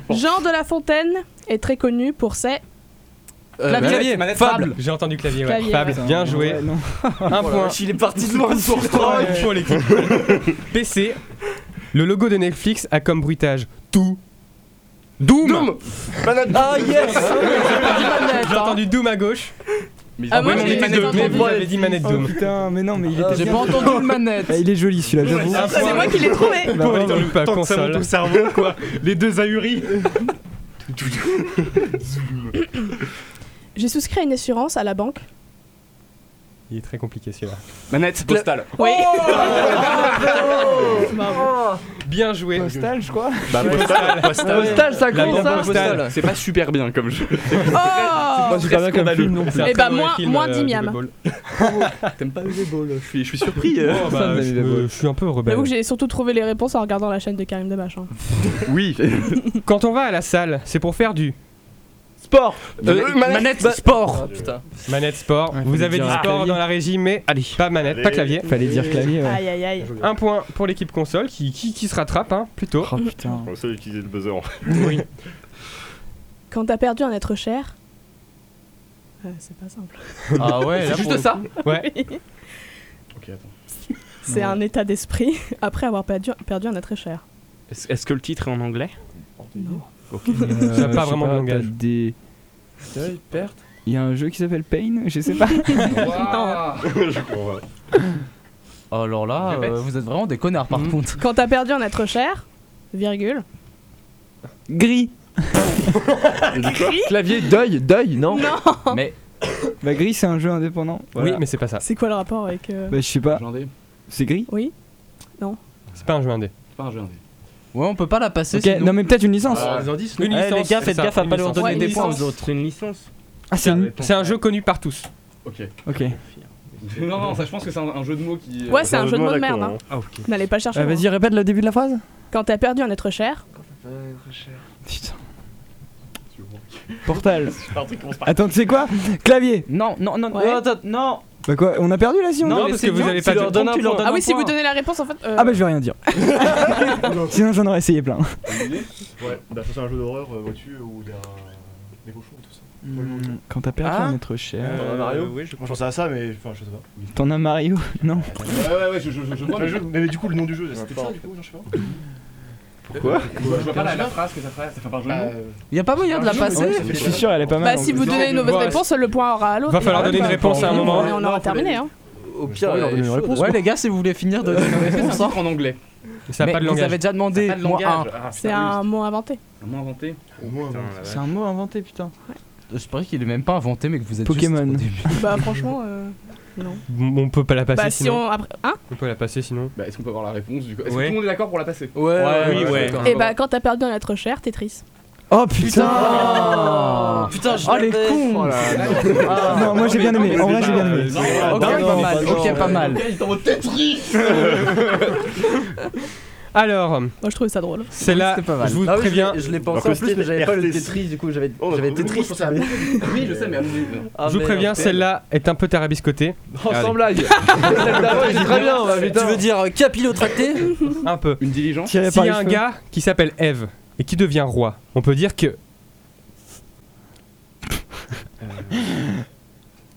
S4: Jean de la Fontaine est très connu pour ses. Clavier.
S1: Manette,
S3: Fable.
S1: fable.
S3: J'ai entendu clavier, Ah, ouais.
S4: Clavier,
S3: Fable,
S4: ouais.
S3: bien joué.
S4: Ouais,
S3: Un
S1: Oh la
S3: point.
S1: vache, il est parti de loin sur
S3: Ouais,
S1: Strike.
S3: pour l'équipe. PC. Le logo de Netflix a comme bruitage tout. Doom.
S1: Ah yes
S3: J'ai entendu Doom à gauche.
S1: Mais
S3: Ah,
S1: ils ont
S3: moi,
S1: pas
S3: j'ai
S1: dit
S3: dit
S1: manette
S3: manette
S1: Doom.
S3: Doom. J'avais dit manette Doom.
S5: Oh putain, mais non, mais il
S3: Ah,
S5: était
S3: j'ai
S5: bien
S3: pas
S5: joué.
S3: entendu le
S5: Ah, Il est joli celui-là, j'avoue. Bah,
S3: C'est moi qui l'ai trouvé. Pour l'équipe
S13: Tant que ça
S3: console.
S13: monte au cerveau, quoi. Les deux ahuris.
S4: J'ai souscrit à une assurance à la banque.
S3: Il est très compliqué celui-là.
S6: Manette postale.
S4: Oui.
S3: Bien joué. Postal,
S5: je crois.
S6: Bah, postal, postal.
S5: Postal, ça
S6: La
S5: compte,
S6: banque
S5: ça
S6: postale. C'est pas super bien comme jeu.
S4: Oh
S5: C'est pas bien comme film non plus.
S4: Eh bah, moins,
S3: euh,
S4: moins 10 miam.
S6: T'aimes pas le volleyball Je suis, je suis surpris. euh.
S3: Oh, bah, je, me- je suis un peu rebelle.
S4: J'avoue que j'ai surtout trouvé les réponses en regardant la chaîne de Karim Debache. hein.
S6: Oui.
S3: Quand on va à la salle, c'est pour faire du
S1: Sport.
S3: Euh, manette, bah-
S1: sport. Ah, putain.
S3: manette sport. Vous
S5: fallait
S3: avez dit
S5: dire
S3: sport
S5: clavier.
S3: dans la régie, mais pas manette, pas clavier.
S5: Fallait dire clavier, ouais.
S4: Aïe aïe aïe.
S3: Un point pour l'équipe console qui, qui, qui se rattrape, hein, plutôt.
S5: Oh putain.
S9: On sait utiliser le buzzer.
S3: Oui.
S4: Quand t'as perdu un être cher. euh, c'est pas simple.
S3: Ah ouais, là,
S1: c'est
S3: pour
S1: juste
S3: le
S1: ça.
S3: coup. Ouais.
S6: Ok, attends.
S4: C'est un état d'esprit après avoir perdu, perdu un être cher.
S15: Est-ce est-ce que le titre est en anglais
S4: Non.
S15: Ok.
S5: Euh,
S3: Ça a pas
S5: je sais
S3: vraiment de
S5: t'as
S3: langage.
S5: Des...
S1: Une perte.
S5: Il y a un jeu qui s'appelle Pain, je sais pas.
S9: Je comprends.
S15: Oh, Alors là, euh, vous êtes vraiment des connards
S1: Mhm.
S15: par contre.
S4: Quand t'as perdu un être cher, virgule.
S5: Gris.
S15: Clavier, deuil, deuil, non
S4: Non
S1: Ah.
S15: Mais
S5: Bah, Gris, c'est un jeu indépendant.
S3: Oui, mais c'est pas ça.
S4: C'est quoi le rapport avec. euh,
S5: Bah, je sais pas.
S6: J'en ai.
S5: C'est Gris
S4: Oui Non
S3: C'est pas un jeu indé.
S6: C'est pas un jeu indé.
S15: Ouais, on peut pas la passer.
S5: Ok, non, mais peut-être une licence.
S6: Ah.
S15: indices,
S3: Une licence,
S15: les gars,
S3: c'est
S15: faites
S3: ça,
S15: gaffe à
S3: une
S15: pas leur
S3: licence.
S15: donner
S3: Ouais,
S15: des
S3: une
S15: points aux
S3: licence.
S15: autres.
S13: C'est une licence.
S5: Ah, c'est une-
S3: C'est un jeu connu par tous.
S6: Ok.
S5: Ok.
S6: Non, non, ça je pense que c'est un, un jeu de mots qui.
S4: Ouais, c'est un jeu de mots de merde. hein.
S6: Ah, ok.
S4: N'allez pas chercher.
S5: Euh,
S4: loin.
S5: Vas-y, répète le début de la phrase.
S4: Quand t'as perdu un être cher.
S5: Putain. Portal. Attends, tu sais quoi Clavier.
S15: Non, non, non,
S4: Ouais.
S15: non, attends, non.
S5: Bah quoi, on a perdu là si on
S15: Non,
S5: dit
S15: parce que vous avez pas de point, tu leur donnes
S4: Ah
S15: un
S4: oui, si
S15: point.
S4: vous donnez la réponse en fait. euh,
S5: Ah bah je vais rien dire. Sinon j'en aurais essayé plein.
S8: Ouais, bah ça c'est un jeu d'horreur, euh, vois-tu, où il y a des cochons et tout ça.
S5: Quand t'as perdu
S8: Ah
S5: un être cher.
S8: T'en as Mario
S13: oui,
S6: Bah,
S13: je
S8: je pensais à ça, mais enfin, je sais pas.
S5: T'en as Mario Non.
S8: Ouais, ouais, ouais, je, je, je, je vois le jeu, mais, mais du coup, le nom du jeu, c'était ça, du coup, non, je sais pas. Euh,
S9: Pourquoi
S8: Je vois pas la, la phrase que ça fait, ça fait pas un jeu.
S15: Y a pas moyen de la passer.
S5: Je suis sûr, elle est pas mal.
S4: Bah, si vous
S5: en
S4: donnez une mauvaise
S3: Bah,
S4: réponse, le point aura à l'autre.
S3: Va falloir
S4: Et
S3: donner une
S4: bah,
S3: réponse à un
S4: et
S3: moment.
S4: On aura terminé, hein.
S1: Au pire,
S15: Ouais,
S1: elle est chaude.
S15: Ouais, les gars, si vous voulez finir de réponse
S6: en anglais.
S3: Ça a
S15: Mais
S3: pas de
S15: vous
S3: langage.
S15: avez déjà demandé
S6: Ça a pas de
S15: moins
S6: langage.
S15: un.
S6: Ah,
S4: C'est un mot inventé.
S6: Un mot inventé.
S11: hein.
S15: Ah
S5: C'est un mot inventé, putain.
S15: Je parie qu'il est même pas inventé, mais que vous êtes
S5: Pokémon.
S4: Bah, franchement, euh, non.
S3: Bon, On peut pas la passer
S4: Bah, si on.
S3: sinon.
S4: après- Hein
S3: On peut la passer sinon.
S6: Bah, est-ce qu'on peut avoir la réponse du coup Est-ce
S3: Ouais.
S6: que tout le monde est d'accord pour la passer
S1: Ouais, ouais,
S3: oui,
S1: ouais,
S3: ouais.
S1: d'accord.
S4: Et bah, quand t'as perdu un être cher, t'es triste.
S5: Oh putain
S1: Putain, je
S15: Oh, les
S1: l'avais.
S15: cons
S5: Ah. Non, moi j'ai bien aimé. En vrai, j'ai bien aimé.
S15: Ok, pas mal, ok, pas mal.
S6: Tetris
S3: Alors.
S4: Moi, je trouvais ça drôle.
S3: C'est là, je vous
S1: Ah oui,
S3: préviens.
S1: l'ai- Je l'ai pensé en plus, mais j'avais pas le Tetris, du coup, j'avais j'avais Tetris.
S8: Oui, je sais,
S6: Euh,
S8: mais.
S3: Je vous préviens, celle-là est un peu tarabiscotée.
S1: Oh, sans blague. Celle d'avant était très bien, bah, putain. Tu veux dire, euh, capillotractée
S3: Un peu.
S8: Une diligence
S3: S'il
S1: Tirée par
S3: y a
S1: les
S3: un
S1: cheveux.
S3: gars qui s'appelle Eve et qui devient roi, on peut dire que.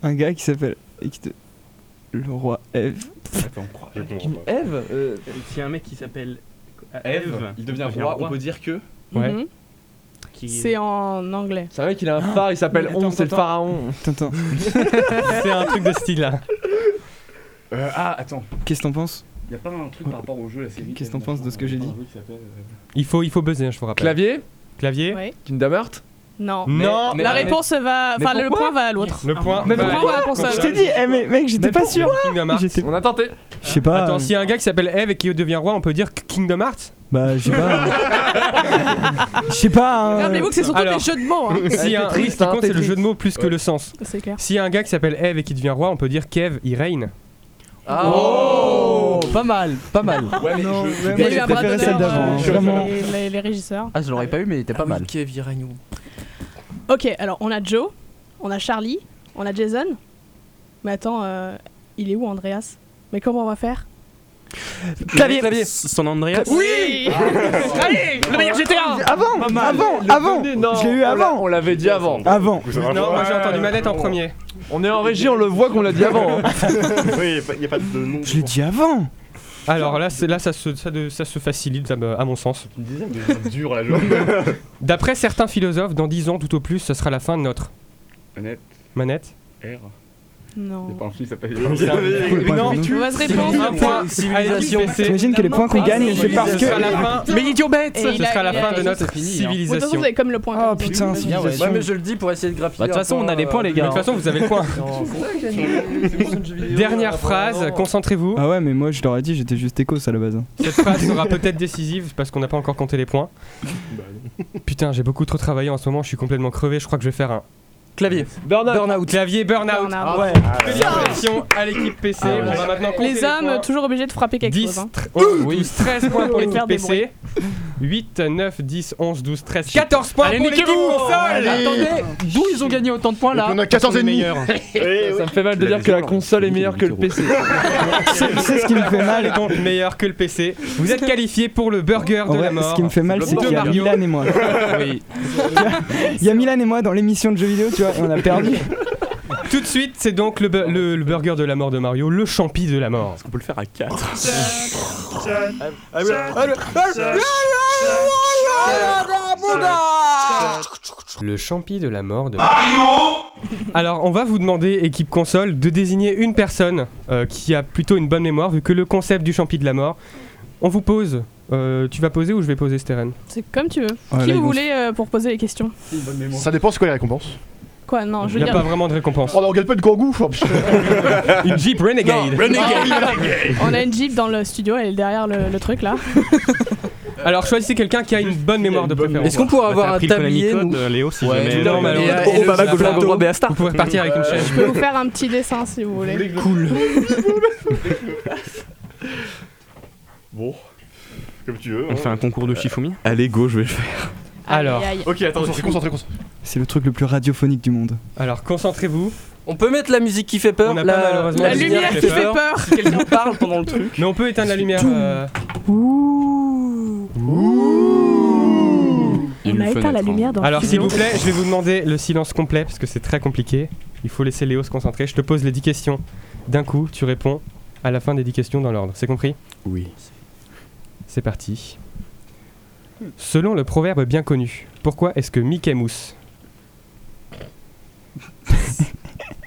S5: Un gars qui s'appelle. et qui te- Le roi Eve.
S2: Eve Si y a un mec qui s'appelle
S6: euh,
S8: Eve, il devient roi, on peut dire que.
S3: Ouais.
S4: Mhm.
S8: Qui-
S4: C'est en anglais.
S6: C'est vrai qu'il a un phare, il s'appelle On, c'est le pharaon.
S5: Attends.
S3: C'est un truc de style hein. là.
S8: Euh, ah, attends.
S5: Qu'est-ce que t'en penses
S8: Y a pas un truc par rapport au jeu, la série
S5: Qu'est-ce que t'en penses de ce que j'ai dit
S6: euh,
S3: Il faut, il faut buzzer, hein, je vous rappelle.
S6: Clavier
S3: Clavier
S4: Ouais.
S6: Kindamart
S4: Non.
S3: Non. Mais-
S4: La
S3: mais-
S4: réponse va.
S3: mais
S4: Enfin, le
S3: pourquoi
S4: point va à l'autre.
S3: Le point.
S4: Le point va à la console.
S5: Je t'ai dit, eh, mais mec, j'étais pas sûr.
S3: Kingdom Hearts.
S5: J'étais-
S6: On a tenté.
S5: Je sais pas.
S3: Attends,
S5: euh,
S3: s'il y a un gars qui s'appelle Eve et qui devient roi, on peut dire que Kingdom Hearts
S5: Bah, je sais pas. Je sais pas. hein.
S4: Rappelez-vous que c'est surtout
S3: Alors,
S4: des jeux de mots. hein.
S3: S'il y a un oui, ce qui compte, c'est le jeu de mots plus que le sens.
S4: C'est clair.
S3: S'il y a un gars qui s'appelle Eve et qui devient roi, on peut dire qu'Eve, il règne.
S10: Oh Pas mal, pas mal.
S8: Ouais, mais
S5: Non,
S8: je.
S5: ouais,
S4: Il y
S5: moi
S4: a eu
S5: j'ai
S4: un bras
S5: préféré
S4: d'honneur
S5: celle d'avant.
S4: euh,
S5: Vraiment.
S4: les- les- les régisseurs.
S10: Ah, je l'aurais pas eu, mais il était pas mal.
S1: Kev, il règne.
S4: Ok, alors on a Joe, on a Charlie, on a Jason. Mais attends, euh, il est où Andreas Mais comment on va faire
S5: Clavier.
S15: San Andreas
S4: Oui Allez, le meilleur GTA
S5: Avant, avant, avant. Je l'ai eu avant.
S6: On l'avait dit avant.
S5: Avant.
S3: Non, moi j'ai entendu Manette en premier.
S6: On est en régie, on le voit qu'on l'a dit avant. hein.
S9: Oui, y a pas de nom.
S5: Je l'ai dit avant.
S3: Alors là, c'est- là ça, se, ça, de- ça se facilite ça me- à mon sens.
S8: Une dizaine de jeux durs là, genre.
S3: D'après certains philosophes, dans 10 ans tout au plus, ce sera la fin de notre
S8: Honnête,
S3: manette.
S8: R.
S9: Oh.
S4: Non.
S8: Y'a pas un film qui s'appelle.
S9: Ah,
S4: Mauvaise réponse. hein.
S3: Un point.
S1: Civilisation.
S3: Allez, PC.
S5: T'imagines que les points qu'on gagne, c'est parce
S3: Ce
S5: que.
S3: sera la fin.
S10: Mais il est idiot bête
S4: Et
S3: Ce
S4: il a-
S3: sera la
S4: il a-
S3: fin de
S1: ça,
S3: notre
S1: c'est fini, hein.
S4: Bon, De toute façon,
S3: civilisation.
S4: vous avez comme le point.
S5: Oh
S4: quand même.
S5: putain,
S10: Bien, ouais.
S5: civilisation.
S1: Ouais, mais je le dis pour essayer de grappiller.
S10: Bah, de toute
S1: un
S10: façon,
S1: point,
S10: on a les points,
S1: euh,
S10: les
S3: Mais
S10: gars.
S3: De toute façon, vous avez le point.
S1: Non, faut-
S6: euh,
S3: Dernière phrase, concentrez-vous.
S5: Ah ouais, mais moi je leur ai dit, j'étais juste éco à la base. hein.
S3: Cette phrase sera peut-être décisive parce qu'on n'a pas encore compté les points.
S9: Bah,
S3: Putain, j'ai beaucoup trop travaillé en ce moment, je suis complètement crevé, je crois que je vais faire un
S1: Clavier.
S6: Burnout.
S1: Burnout.
S3: clavier burn-out.
S4: Burnout.
S5: Ouais.
S3: Félicitations à l'équipe PC,
S1: Ah ouais.
S3: on va maintenant compter
S4: Les hommes,
S3: points.
S4: toujours obligés de frapper quelque
S3: 10,
S4: chose. hein.
S3: 11, 12, 13 points pour l'équipe
S4: Faire des
S3: PC. 8, 9, 10, 11, 12, 13, 14 points
S10: Allez,
S3: pour l'équipe
S10: niquez-vous
S3: console
S10: Attendez, d'où ils ont gagné autant de points là
S11: On a 14 et demi.
S5: Eh
S6: Ça me fait mal de dire que la console est meilleure que le PC.
S5: C'est c'est ce qui me fait
S3: Elle est
S5: mal.
S3: donc meilleure que le PC. Vous êtes qualifié pour le burger de
S5: En vrai,
S3: la mort.
S5: ce qui me fait mal, c'est
S3: de
S5: qu'il y a
S3: Mario.
S5: Milan et moi.
S3: Oui.
S5: Il y a Milan et moi dans l'émission de jeux vidéo, tu vois, et on a perdu.
S3: Tout de suite, c'est donc le, bu- le- le burger de la mort de Mario, le champi de la mort.
S8: On peut le faire à 4.
S9: Ah,
S3: Le champi de la mort de Alors, on va vous demander, équipe console, de désigner une personne euh, qui a plutôt une bonne mémoire, vu que le concept du champi de la mort. On vous pose. Euh, tu vas poser ou je vais poser, Steren
S4: C'est comme tu veux.
S5: là,
S4: Qui
S5: ils
S4: vous
S5: vont
S4: voulez euh, pour poser les questions
S11: Ça dépend, c'est quoi les récompenses
S4: Quoi Non, je
S3: Il
S4: veux
S3: n'y a pas
S4: dire.
S3: vraiment de récompense.
S11: Oh, On regarde pas de kangou oh, putain.
S3: Une Jeep Renegade.
S4: On a une Jeep dans le studio, elle est derrière le, le truc là.
S3: Alors, choisissez quelqu'un qui a une bonne mémoire de préférence.
S1: Est-ce qu'on pourrait avoir un
S15: appris le
S1: tablier
S15: Konami
S1: nous
S15: code, euh, Léo, si
S10: Ouais,
S15: jamais.
S1: Non,
S3: Non,
S1: mais
S3: mais
S1: alors,
S3: alors,
S1: et le
S3: Obama,
S1: Black
S3: Black
S1: Widow.
S3: Widow. Vous pouvez partir avec une chaise.
S4: Je peux vous faire un petit dessin si vous voulez.
S9: Bon, comme tu veux. hein.
S15: On fait un concours de Shifumi
S8: Allez, go, je vais le faire.
S3: Alors,
S4: Aïe, aïe.
S9: Ok, attends,
S11: Concentré, concentré, concentré.
S5: C'est le truc le plus radiophonique du monde.
S3: alors concentrez-vous.
S1: On peut mettre la musique qui fait peur.
S3: On a
S1: la...
S3: pas malheureusement
S4: La lumière qui fait peur.
S1: Si quelqu'un parle pendant le truc.
S3: Mais on peut éteindre la lumière. euh,
S4: On a éteint la lumière dans
S3: Alors
S4: le
S3: s'il
S4: studio.
S3: vous plaît, je vais vous demander le silence complet parce que c'est très compliqué. Il faut laisser Léo se concentrer. Je te pose les 10 questions. D'un coup, tu réponds à la fin des 10 questions dans l'ordre. C'est compris
S8: Oui.
S3: C'est parti. Selon le proverbe bien connu, pourquoi est-ce que Mickey Mouse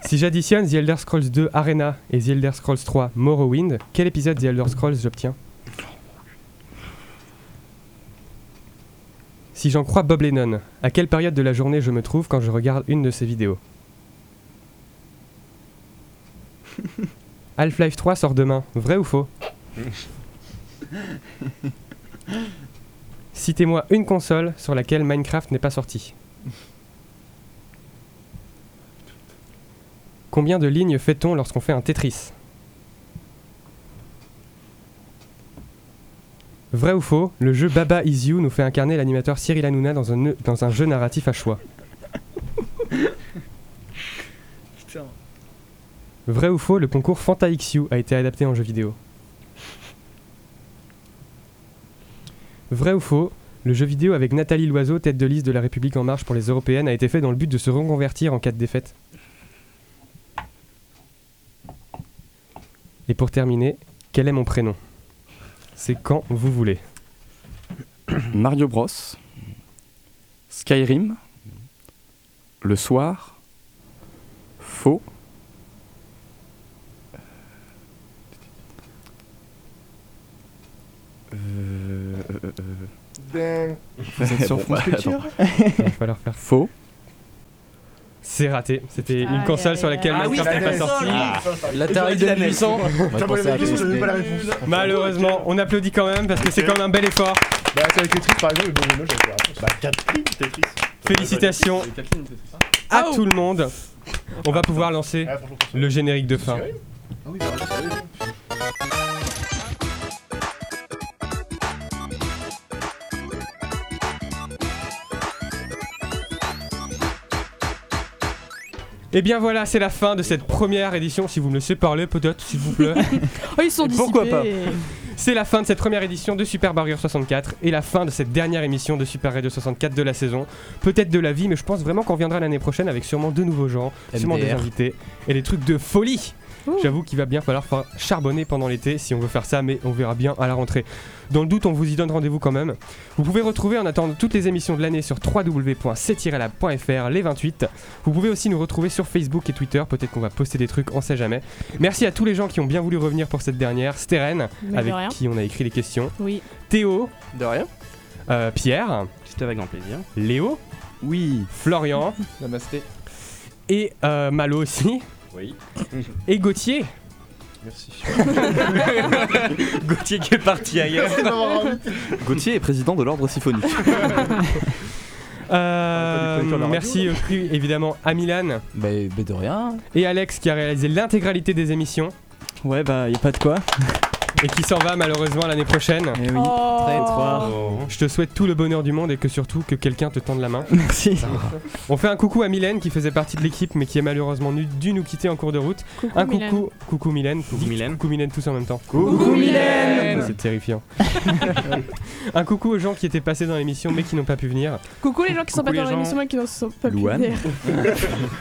S3: Si j'additionne The Elder Scrolls 2 Arena et The Elder Scrolls 3 Morrowind, quel épisode The Elder Scrolls j'obtiens Si j'en crois Bob Lennon, à quelle période de la journée je me trouve quand je regarde une de ses vidéos Half-Life 3 sort demain, vrai ou faux Citez-moi une console sur laquelle Minecraft n'est pas sorti. Combien de lignes fait-on lorsqu'on fait un Tetris vrai ou faux, le jeu Baba Is You nous fait incarner l'animateur Cyril Hanouna dans un, dans un jeu narratif à choix
S12: Putain.
S3: Vrai ou faux, le concours Fanta XU a été adapté en jeu vidéo Vrai ou faux, le jeu vidéo avec Nathalie Loiseau, tête de liste de la République En Marche pour les Européennes, a été fait dans le but de se reconvertir en cas de défaite Et pour terminer, quel est mon prénom C'est quand vous voulez.
S8: Mario Bros. Skyrim. Le soir. Faux. Euh, euh, euh.
S3: Vous êtes sur
S8: Bon,
S3: France
S8: bah,
S3: Culture
S8: attends.
S3: Il va falloir faire
S8: Faux.
S3: C'est raté. C'était une
S8: Aïe,
S3: console
S8: aïe,
S3: sur laquelle
S8: aïe. Ah oui,
S3: Minecraft n'est pas
S8: c'était la
S3: sorti.
S8: console, oui. Ah, L'Atari j'aurais dit la
S3: 2800.
S8: même. On va Putain, penser moi, la à question, PSP. j'avais pas la réponse.
S3: Malheureusement, on applaudit quand même parce que c'est quand même un bel effort.
S9: Bah, ça a été triste par exemple, mais bon, moi j'avais la réponse. Bah, Catherine, Tetris.
S3: Félicitations à tout le monde. On va pouvoir lancer
S9: Ah,
S3: le générique de fin. Et Eh bien voilà, c'est la fin de cette première édition. Si vous me laissez parler, peut-être, s'il vous plaît.
S4: Oh, ils sont
S3: Pourquoi pas
S4: dissipés.
S3: C'est la fin de cette première édition de Super Barrier 64 et la fin de cette dernière émission de Super Radio 64 de la saison. Peut-être de la vie, mais je pense vraiment qu'on reviendra l'année prochaine avec sûrement de nouveaux gens, sûrement des
S10: MDR.
S3: invités et des trucs de folie. J'avoue qu'il va bien falloir fa- charbonner pendant l'été si on veut faire ça, mais on verra bien à la rentrée. Dans le doute, on vous y donne rendez-vous quand même. Vous pouvez retrouver en attendant toutes les émissions de l'année sur www.c-lab.fr les 28. Vous pouvez aussi nous retrouver sur Facebook et Twitter. Peut-être qu'on va poster des trucs, on sait jamais. Merci à tous les gens qui ont bien voulu revenir pour cette dernière. Stéren,
S4: Mais de
S3: avec
S4: rien.
S3: qui on a écrit les questions.
S4: Oui.
S3: Théo. Euh,
S1: De rien.
S3: Pierre.
S15: C'était avec grand plaisir.
S3: Léo. Oui. Florian.
S6: Namasté.
S3: Et euh, Malo aussi.
S6: Oui.
S3: Et Gauthier.
S6: Merci.
S15: Gauthier qui est parti ailleurs.
S6: Merci de m'avoir
S1: Gauthier est président de l'ordre siphonique.
S3: Euh,
S1: On va pas déconner sur la radio,
S3: merci
S1: là.
S3: au cru, évidemment à Milan. de rien. Et Alex qui a réalisé l'intégralité des émissions.
S5: Ouais, bah, y a pas de quoi.
S3: Et qui s'en va malheureusement l'année prochaine.
S5: oui. Oh. Traître.
S3: Je te souhaite tout le bonheur du monde et que surtout que quelqu'un te tende la main. Merci. On fait un coucou à Mylène qui faisait partie de l'équipe mais qui a malheureusement nu- dû nous quitter en cours de route.
S5: Coucou
S3: un
S5: Mylène.
S3: coucou, coucou Mylène. Coucou Mylène. Coucou Mylène tous en même temps.
S5: Coucou Mylène.
S3: C'est terrifiant. un coucou aux gens qui étaient passés dans l'émission mais qui n'ont pas pu venir.
S4: Coucou les gens qui sont
S3: Coucou
S4: pas
S3: les
S4: dans
S3: gens.
S4: l'émission et qui ne sont pas plus
S3: Louane.
S4: derrière.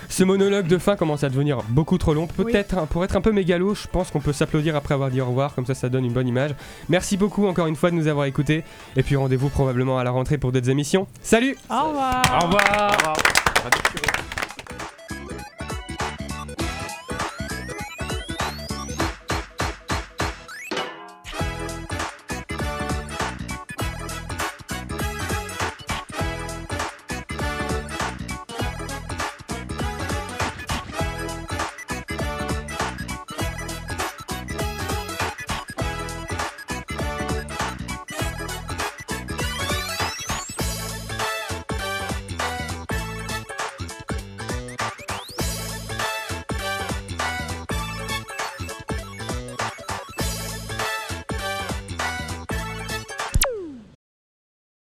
S3: Ce monologue de fin commence à devenir beaucoup trop long. Peut-être, hein, pour être un peu mégalo, je pense qu'on peut s'applaudir après avoir dit au revoir, comme ça, ça donne une bonne image. Merci beaucoup encore une fois de nous avoir écoutés. Et puis rendez-vous probablement à la rentrée pour d'autres émissions. Salut
S4: Au revoir.
S3: Au revoir.